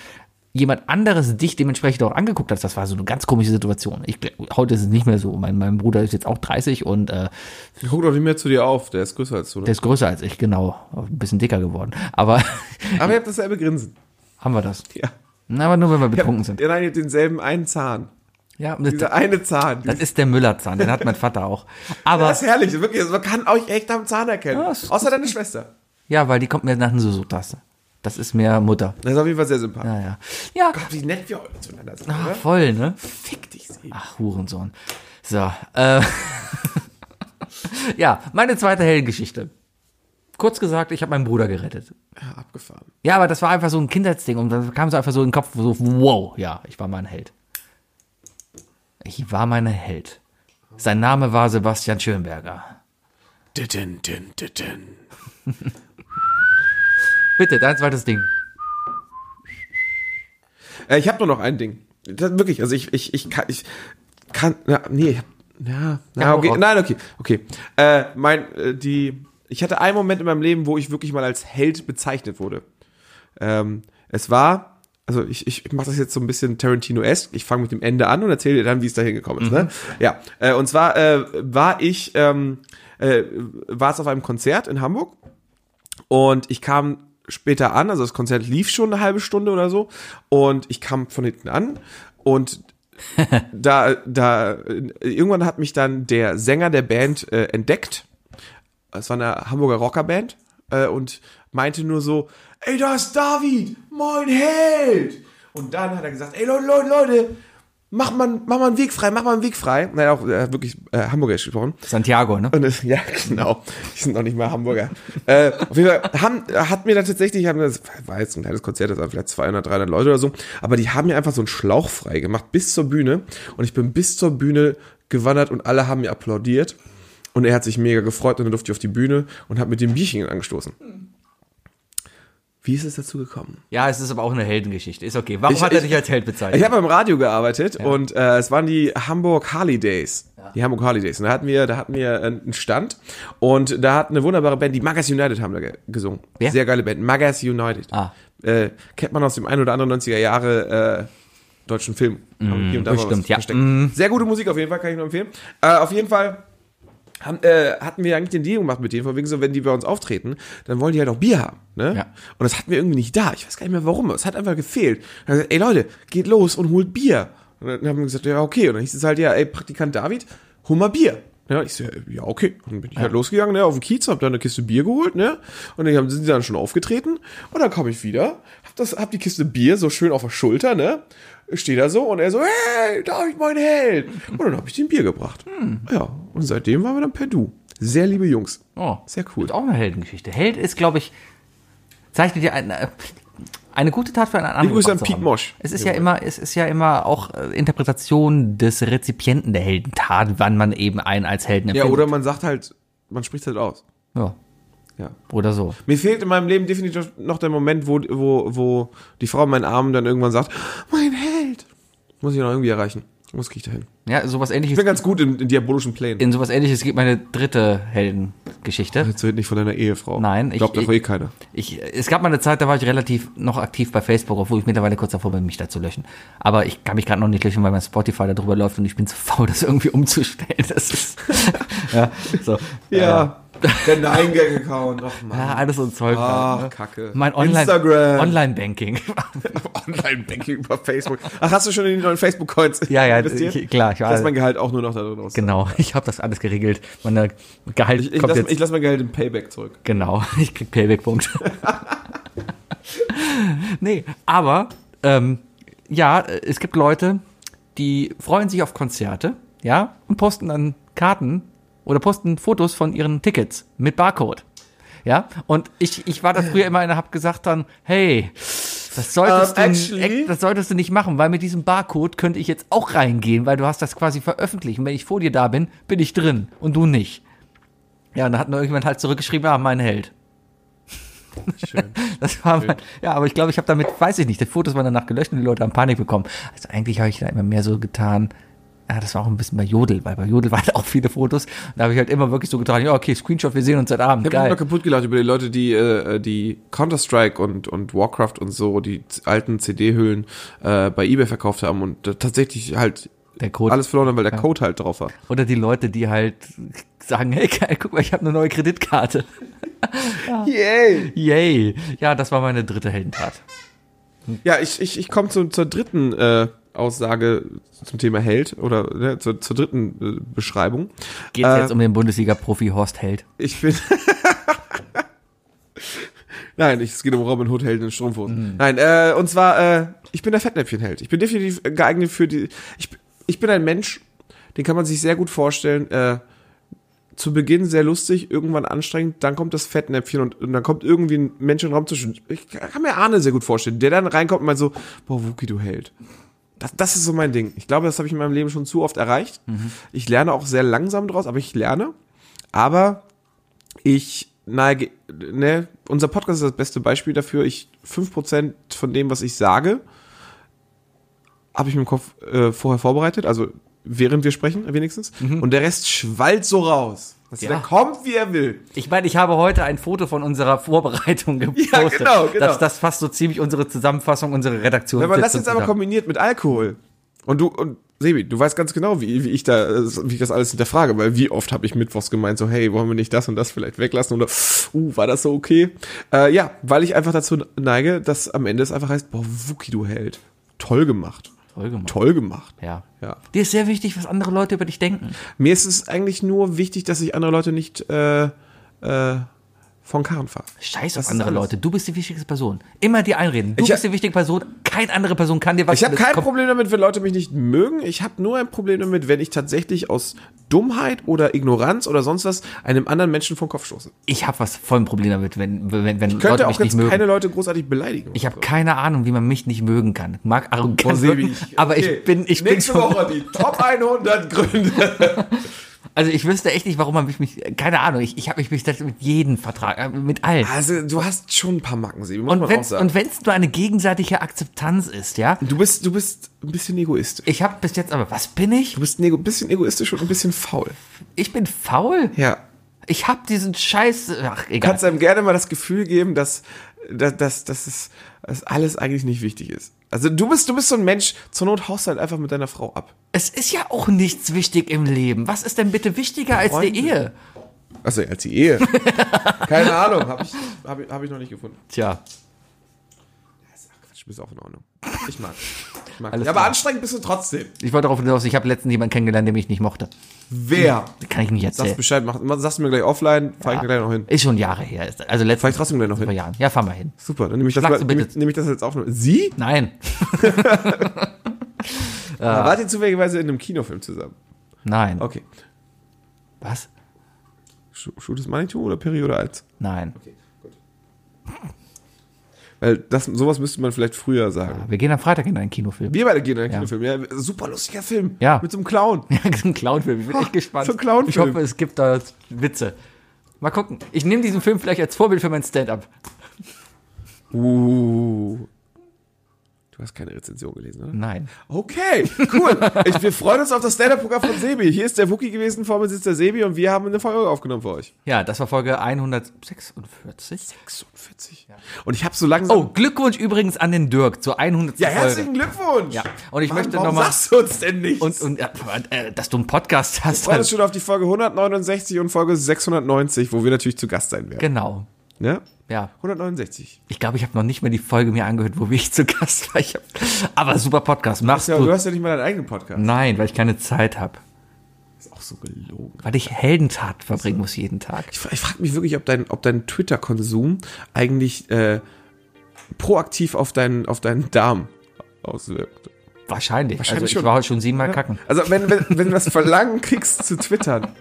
jemand anderes dich dementsprechend auch angeguckt hat, das war so eine ganz komische Situation. Ich, gl- heute ist es nicht mehr so. Mein, mein Bruder ist jetzt auch 30 und äh,
Der guckt auch nicht mehr zu dir auf, der ist größer als du. Ne?
der ist größer als ich, genau. Ein bisschen dicker geworden. Aber
Aber ihr habt dasselbe Grinsen.
haben wir das.
Ja.
Na, Aber nur, wenn wir betrunken sind.
Ja, nein, ihr habt denselben einen Zahn.
Ja, und das,
Dieser eine Zahn.
das ist der Müllerzahn, den hat mein Vater auch. Aber
Das ist herrlich, wirklich. Also Man kann euch echt am Zahn erkennen.
Ja, das-
Außer deine Schwester.
ja, weil die kommt mir nach einer Susu-Taste. Das ist mir Mutter.
Das ist auf jeden Fall sehr sympathisch.
Ja, ja. Ja,
Wie nett wir heute zueinander sind,
Ach,
oder?
voll, ne?
Fick dich, Sebi.
Ach, Hurensohn. So, äh. ja, meine zweite Heldengeschichte. Kurz gesagt, ich habe meinen Bruder gerettet.
Ja, abgefahren.
Ja, aber das war einfach so ein Kindheitsding und dann kam es einfach so in den Kopf, so, wow, ja, ich war mein Held. Ich war mein Held. Sein Name war Sebastian Schönberger.
Didin, din, didin.
Bitte, dein zweites Ding.
Äh, ich habe nur noch ein Ding. Das, wirklich, also ich, ich, ich kann, ich kann, na, nee, ich hab, ja, na,
Ja, hau
okay,
raus.
nein, okay, okay. Äh, mein, äh, die, ich hatte einen Moment in meinem Leben, wo ich wirklich mal als Held bezeichnet wurde. Ähm, es war, also ich, ich mache das jetzt so ein bisschen Tarantino-esque. Ich fange mit dem Ende an und erzähle dir dann, wie es da hingekommen ist.
Mhm.
Ne? Ja, äh, und zwar äh, war ich, ähm, äh, war es auf einem Konzert in Hamburg und ich kam später an, also das Konzert lief schon eine halbe Stunde oder so. Und ich kam von hinten an und da, da, irgendwann hat mich dann der Sänger der Band äh, entdeckt. Es war eine Hamburger Rockerband äh, und meinte nur so, ey, da ist David, mein Held. Und dann hat er gesagt, ey, Leute, Leute, Leute, mach mal, mach mal einen Weg frei, mach mal einen Weg frei. Nein, auch äh, wirklich äh, Hamburgerisch gesprochen.
Santiago, ne?
Und es, ja, genau. Die sind noch nicht mal Hamburger. äh, auf jeden Fall haben, hat mir da tatsächlich, haben das war jetzt ein kleines Konzert, das waren vielleicht 200, 300 Leute oder so, aber die haben mir einfach so einen Schlauch frei gemacht bis zur Bühne und ich bin bis zur Bühne gewandert und alle haben mir applaudiert und er hat sich mega gefreut und dann durfte ich auf die Bühne und hat mit dem Bierchen angestoßen. Wie ist es dazu gekommen?
Ja, es ist aber auch eine Heldengeschichte. Ist okay. Warum
Ich-
hat er
ich-
dich als Held bezeichnet?
Ich habe beim Radio gearbeitet und äh, es waren die Hamburg Harley Days. Die Hamburg Harley Days. Und da hatten wir, da hatten wir äh, einen Stand und da hat eine wunderbare Band, die Magas United haben da ge gesungen.
Wer?
Sehr geile Band. Magas United.
Ah.
Äh, kennt man aus dem einen oder anderen 90er Jahre äh, deutschen Film. Mm, hier und da mal was
Mhm, bestimmt, ja. Mhm.
versteckt. Sehr gute Musik auf jeden Fall, kann ich nur empfehlen. Äh, auf jeden Fall haben, äh, hatten wir eigentlich den Deal gemacht mit denen, von wegen so, wenn die bei uns auftreten, dann wollen die halt auch Bier haben. Ne?
Ja.
Und das hatten wir irgendwie nicht da. Ich weiß gar nicht mehr warum. Es hat einfach gefehlt. Dann haben wir gesagt, ey Leute, geht los und holt Bier. Und dann haben wir gesagt, ja, okay. Und dann hieß es halt, ja, ey, Praktikant David, hol mal Bier. Ja, ich so, ja, okay. Und dann bin ich halt losgegangen, ne, auf den Kiez, hab da eine Kiste Bier geholt, ne? Und dann haben- sind die dann schon aufgetreten. Und dann komme ich wieder, hab, das, hab die Kiste Bier so schön auf der Schulter, ne? steht da so und er so, hey, David, mein Held. Und dann habe ich dem Bier gebracht. Ja, und seitdem waren wir dann per Du. Sehr liebe Jungs.
Oh,
Sehr cool.
Ist auch eine Heldengeschichte. Held ist, glaube ich, zeichnet ja eine, eine gute Tat für einen anderen.
Grüße
gebracht
an
zu
Piet
haben.
Mosch.
Es ist ja immer, es ist ja immer auch äh, Interpretation des Rezipienten der Heldentat, wann man eben einen als Helden
Ja,
empfindet.
oder man sagt halt, man spricht halt aus.
Ja.
Ja.
Oder so.
Mir fehlt in meinem Leben definitiv noch der Moment, wo, wo, wo die Frau in meinen Armen dann irgendwann sagt, mein Held. Muss ich noch irgendwie erreichen. Muss ich da hin?
Ja, sowas
Ich bin
ähnliches.
ganz gut in, in diabolischen Plänen.
In sowas ähnliches geht meine dritte Heldengeschichte.
Jetzt red nicht von deiner Ehefrau.
Nein,
ich glaube,
ich-
da eh keiner.
Ich, es gab mal eine Zeit, da war ich relativ noch aktiv bei Facebook, obwohl ich mittlerweile kurz davor bin, mich da zu löschen. Aber ich kann mich gerade noch nicht löschen, weil mein Spotify da drüber läuft und ich bin zu faul, das irgendwie umzustellen. Das ist, ja, so.
Ja. Der Nein-Gang-Account. Ach, Mann.
Ja, alles so ein Zeug.
Ach,
ne?
Kacke.
Mein Online-
Ah. Instagram.
Online-Banking.
Online-Banking über Facebook. Ach, hast du schon in die neuen Facebook-Coins
Ja, ja,
investiert?
ich- klar, ich
Ich lass
weiß.
mein Gehalt auch nur noch da drin aus.
Genau, ich habe das alles geregelt. Meine Gehalt
Ich, ich,
kommt
lass,
jetzt.
ich lass mein Gehalt im Payback zurück.
Genau, ich krieg Payback-Punkte. nee, aber ähm, ja, es gibt Leute, die freuen sich auf Konzerte, ja, und posten dann Karten oder posten Fotos von ihren Tickets mit Barcode. Ja, und ich, ich war da früher immer einer, hab gesagt dann, hey, das solltest, du,
Ähm, actually-
das solltest du nicht machen, weil mit diesem Barcode könnte ich jetzt auch reingehen, weil du hast das quasi veröffentlicht. Und wenn ich vor dir da bin, bin ich drin und du nicht. Ja, und da hat mir irgendjemand halt zurückgeschrieben, ah, mein Held. Schön. Das war mein, ja, aber ich glaube, ich habe damit, weiß ich nicht, die Fotos waren danach gelöscht und die Leute haben Panik bekommen. Also eigentlich habe ich da immer mehr so getan, ja, das war auch ein bisschen bei Jodel, weil bei Jodel waren auch viele Fotos. Und da habe ich halt immer wirklich so getan, ja, okay, Screenshot, wir sehen uns heute Abend,
Ich habe mich
geil.
immer kaputt gelacht über die Leute, die, äh, die Counter-Strike und, und Warcraft und so, die z- alten CD-Hüllen äh, bei Ebay verkauft haben und da tatsächlich halt
Der Code.
alles verloren haben, weil der Code halt drauf war.
Oder die Leute, die halt sagen, hey, geil, guck mal, ich habe eine neue Kreditkarte.
Yay!
Yay. Ja, das war meine dritte Heldentat.
Ja, ich, ich, ich komme zur dritten äh, Aussage zum Thema Held oder ne, zur, zur dritten äh, Beschreibung.
Geht
Äh,
jetzt um den Bundesliga-Profi Horst Held.
Ich bin. Nein, ich, es geht um Robin Hood Helden in Strumpfhosen. Nein, äh, und zwar, äh, ich bin der Fettnäpfchenheld. Ich bin definitiv geeignet für die. Ich, ich bin ein Mensch, den kann man sich sehr gut vorstellen. Äh, zu Beginn sehr lustig, irgendwann anstrengend, dann kommt das Fettnäpfchen und, und dann kommt irgendwie ein Mensch in den Raum zwischen. Ich kann mir Arne sehr gut vorstellen, der dann reinkommt und meint so, boah, Wookie, du Held. Das, das ist so mein Ding. Ich glaube, das habe ich in meinem Leben schon zu oft erreicht. Ich lerne auch sehr langsam draus, aber ich lerne. Aber ich neige, ne, unser Podcast ist das beste Beispiel dafür. Ich, 5% von dem, was ich sage, habe ich mir im Kopf äh, vorher vorbereitet, also während wir sprechen, wenigstens. Und der Rest schwallt so raus. Dass
Ja.
der kommt, wie er will.
Ich meine, ich habe heute ein Foto von unserer Vorbereitung gepostet.
Ja, genau, genau.
Das, das fasst so ziemlich unsere Zusammenfassung, unsere Redaktion.
Wenn man das jetzt aber kombiniert mit Alkohol und du und Sebi, du weißt ganz genau, wie, wie ich da, äh, wie ich das alles hinterfrage, weil wie oft habe ich mittwochs gemeint, so hey, wollen wir nicht das und das vielleicht weglassen oder uh, war das so okay? Äh, ja, weil ich einfach dazu neige, dass am Ende es einfach heißt, boah, Wookie, du Held, toll gemacht,
Toll gemacht.
toll gemacht.
Ja.
Ja.
Dir ist sehr wichtig, was andere Leute über dich denken.
Mir ist es eigentlich nur wichtig, dass ich andere Leute nicht äh, äh, von Karren fahre.
Scheiß
Das
auf
ist
andere
alles.
Leute. Du bist die wichtigste Person. Immer dir einreden. Du
Ich
bist
hab-
die wichtige Person. Keine andere Person kann dir was
Ich habe
das
kein
kommt-
Problem damit, wenn Leute mich nicht mögen. Ich habe nur ein Problem damit, wenn ich tatsächlich aus Dummheit oder Ignoranz oder sonst was einem anderen Menschen vom Kopf stoße.
Ich habe was voll ein Problem damit, wenn, wenn, wenn
Ich
Leute
könnte auch
mich nicht
jetzt
mögen.
keine Leute großartig beleidigen.
ich habe keine Ahnung, wie man mich nicht mögen kann. Mag arrogant
Boah, Sebi,
wirken, aber
okay.
ich bin, ich bin
Nächste Woche die Top 100 Gründe.
Also ich wüsste echt nicht, warum man mich, mich keine Ahnung, ich, ich habe mich besetzt mit jedem Vertrag, äh, mit allen.
Also, du hast schon ein paar Macken, Sebi, muss
Und
man auch
wenn's,
sagen.
und wenn's nur eine gegenseitige Akzeptanz ist, ja?
Du bist, du bist ein bisschen egoistisch.
Ich habe bis jetzt aber, was bin ich?
Du bist ein ego bisschen egoistisch und ein bisschen faul.
Ich bin faul?
Ja.
Ich habe diesen Scheiß, ach
Du
egal.
kannst einem gerne mal das Gefühl geben, dass, dass, dass, dass, es, dass alles eigentlich nicht wichtig ist. Also du bist, du bist so ein Mensch, zur Not haust du halt einfach mit deiner Frau ab.
es ist ja auch nichts wichtig im Leben. Was ist denn bitte wichtiger als die
Freunde.
Ehe?
Also als die Ehe. Keine Ahnung, habe ich, hab ich, hab ich noch nicht gefunden.
Tja,
Ach Quatsch, bist auch in Ordnung. Ich mag. Ich mag.
Alles
ja, aber
klar.
anstrengend bist du trotzdem.
ich wollte darauf hinaus, ich habe letztens jemanden kennengelernt, den ich nicht mochte.
Wer?
Das kann ich nicht
Sagst
erzählen.
Bescheid, mach, sagst du mir gleich offline, fahr ich gleich noch hin.
Ist schon Jahre her. Ist- Also
Fahr ich
letztens
trotzdem gleich noch
vor
hin.
Jahren. Ja, fahr mal hin.
Super, dann nehme ich, das
Schlagst
mal-
du
nehme ich,
bitte-
nehme ich das jetzt auf. Sie?
Nein,
Ja. Wart ihr zufälligerweise in einem Kinofilm zusammen?
nein.
Okay.
Was?
Schu- Schuh des Manitou oder Periode 1?
Nein.
Weil das, sowas müsste man vielleicht früher sagen.
Wir gehen am Freitag in einen Kinofilm.
Wir beide gehen in einen Kinofilm. Ja, super lustiger Film.
Ja.
Mit so einem Clown.
Ja, ein Clownfilm. Ich bin echt gespannt.
so ein Clownfilm.
Ich hoffe, es gibt da Witze. Mal gucken. Ich nehme diesen Film vielleicht als Vorbild für mein Stand-up.
Uh. Du Du hast keine Rezension gelesen, oder?
Nein.
Okay, cool. Ich, wir freuen uns auf das Stand-Up-Programm von Sebi. Hier ist der Wookie gewesen, vor mir sitzt der Sebi und wir haben eine Folge aufgenommen für euch.
Ja, das war Folge 146.
46. Und ich habe so langsam...
Oh, Glückwunsch übrigens an den Dirk zur 100.
ja,
Folge.
herzlichen Glückwunsch.
Ja, und ich
Mann,
möchte
warum
nochmal-
sagst du uns denn nichts?
Und, und äh, dass du einen Podcast hast.
Wir freuen uns schon auf die Folge 169 und Folge 690, wo wir natürlich zu Gast sein werden.
Genau.
Ne?
Ja,
169.
ich glaube, ich habe noch nicht mal die Folge mir angehört, wo ich zu Gast war. Ich hab, aber super Podcast, mach's
Ja,
gut.
du hast ja nicht mal deinen eigenen Podcast.
Nein, weil ich keine Zeit habe.
Ist auch so gelogen.
Weil ich Heldentat
Also-
verbringen muss jeden Tag.
Ich, fra- ich frage mich wirklich, ob dein, ob dein Twitter-Konsum eigentlich äh, proaktiv auf deinen, auf deinen Darm auswirkt.
Wahrscheinlich.
Wahrscheinlich
also ich
schon.
war heute schon siebenmal kacken.
Also wenn, wenn, wenn du das Verlangen kriegst zu twittern.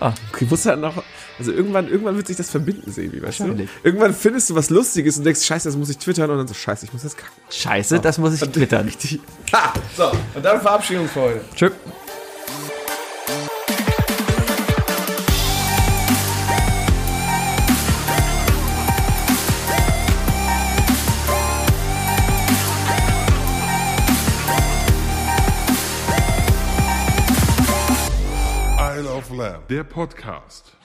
Ja.
Okay, musst du halt noch, also irgendwann, irgendwann wird sich das verbinden, Sebi, weißt du?
Wahrscheinlich.
Irgendwann findest du was Lustiges und denkst, scheiße, das muss ich twittern und dann so, scheiße, ich muss das kacken.
Scheiße, das muss ich twittern.
Ha! So, und dann Verabschiedung für heute.
Tschüss.
Isle of Lamb, der Podcast.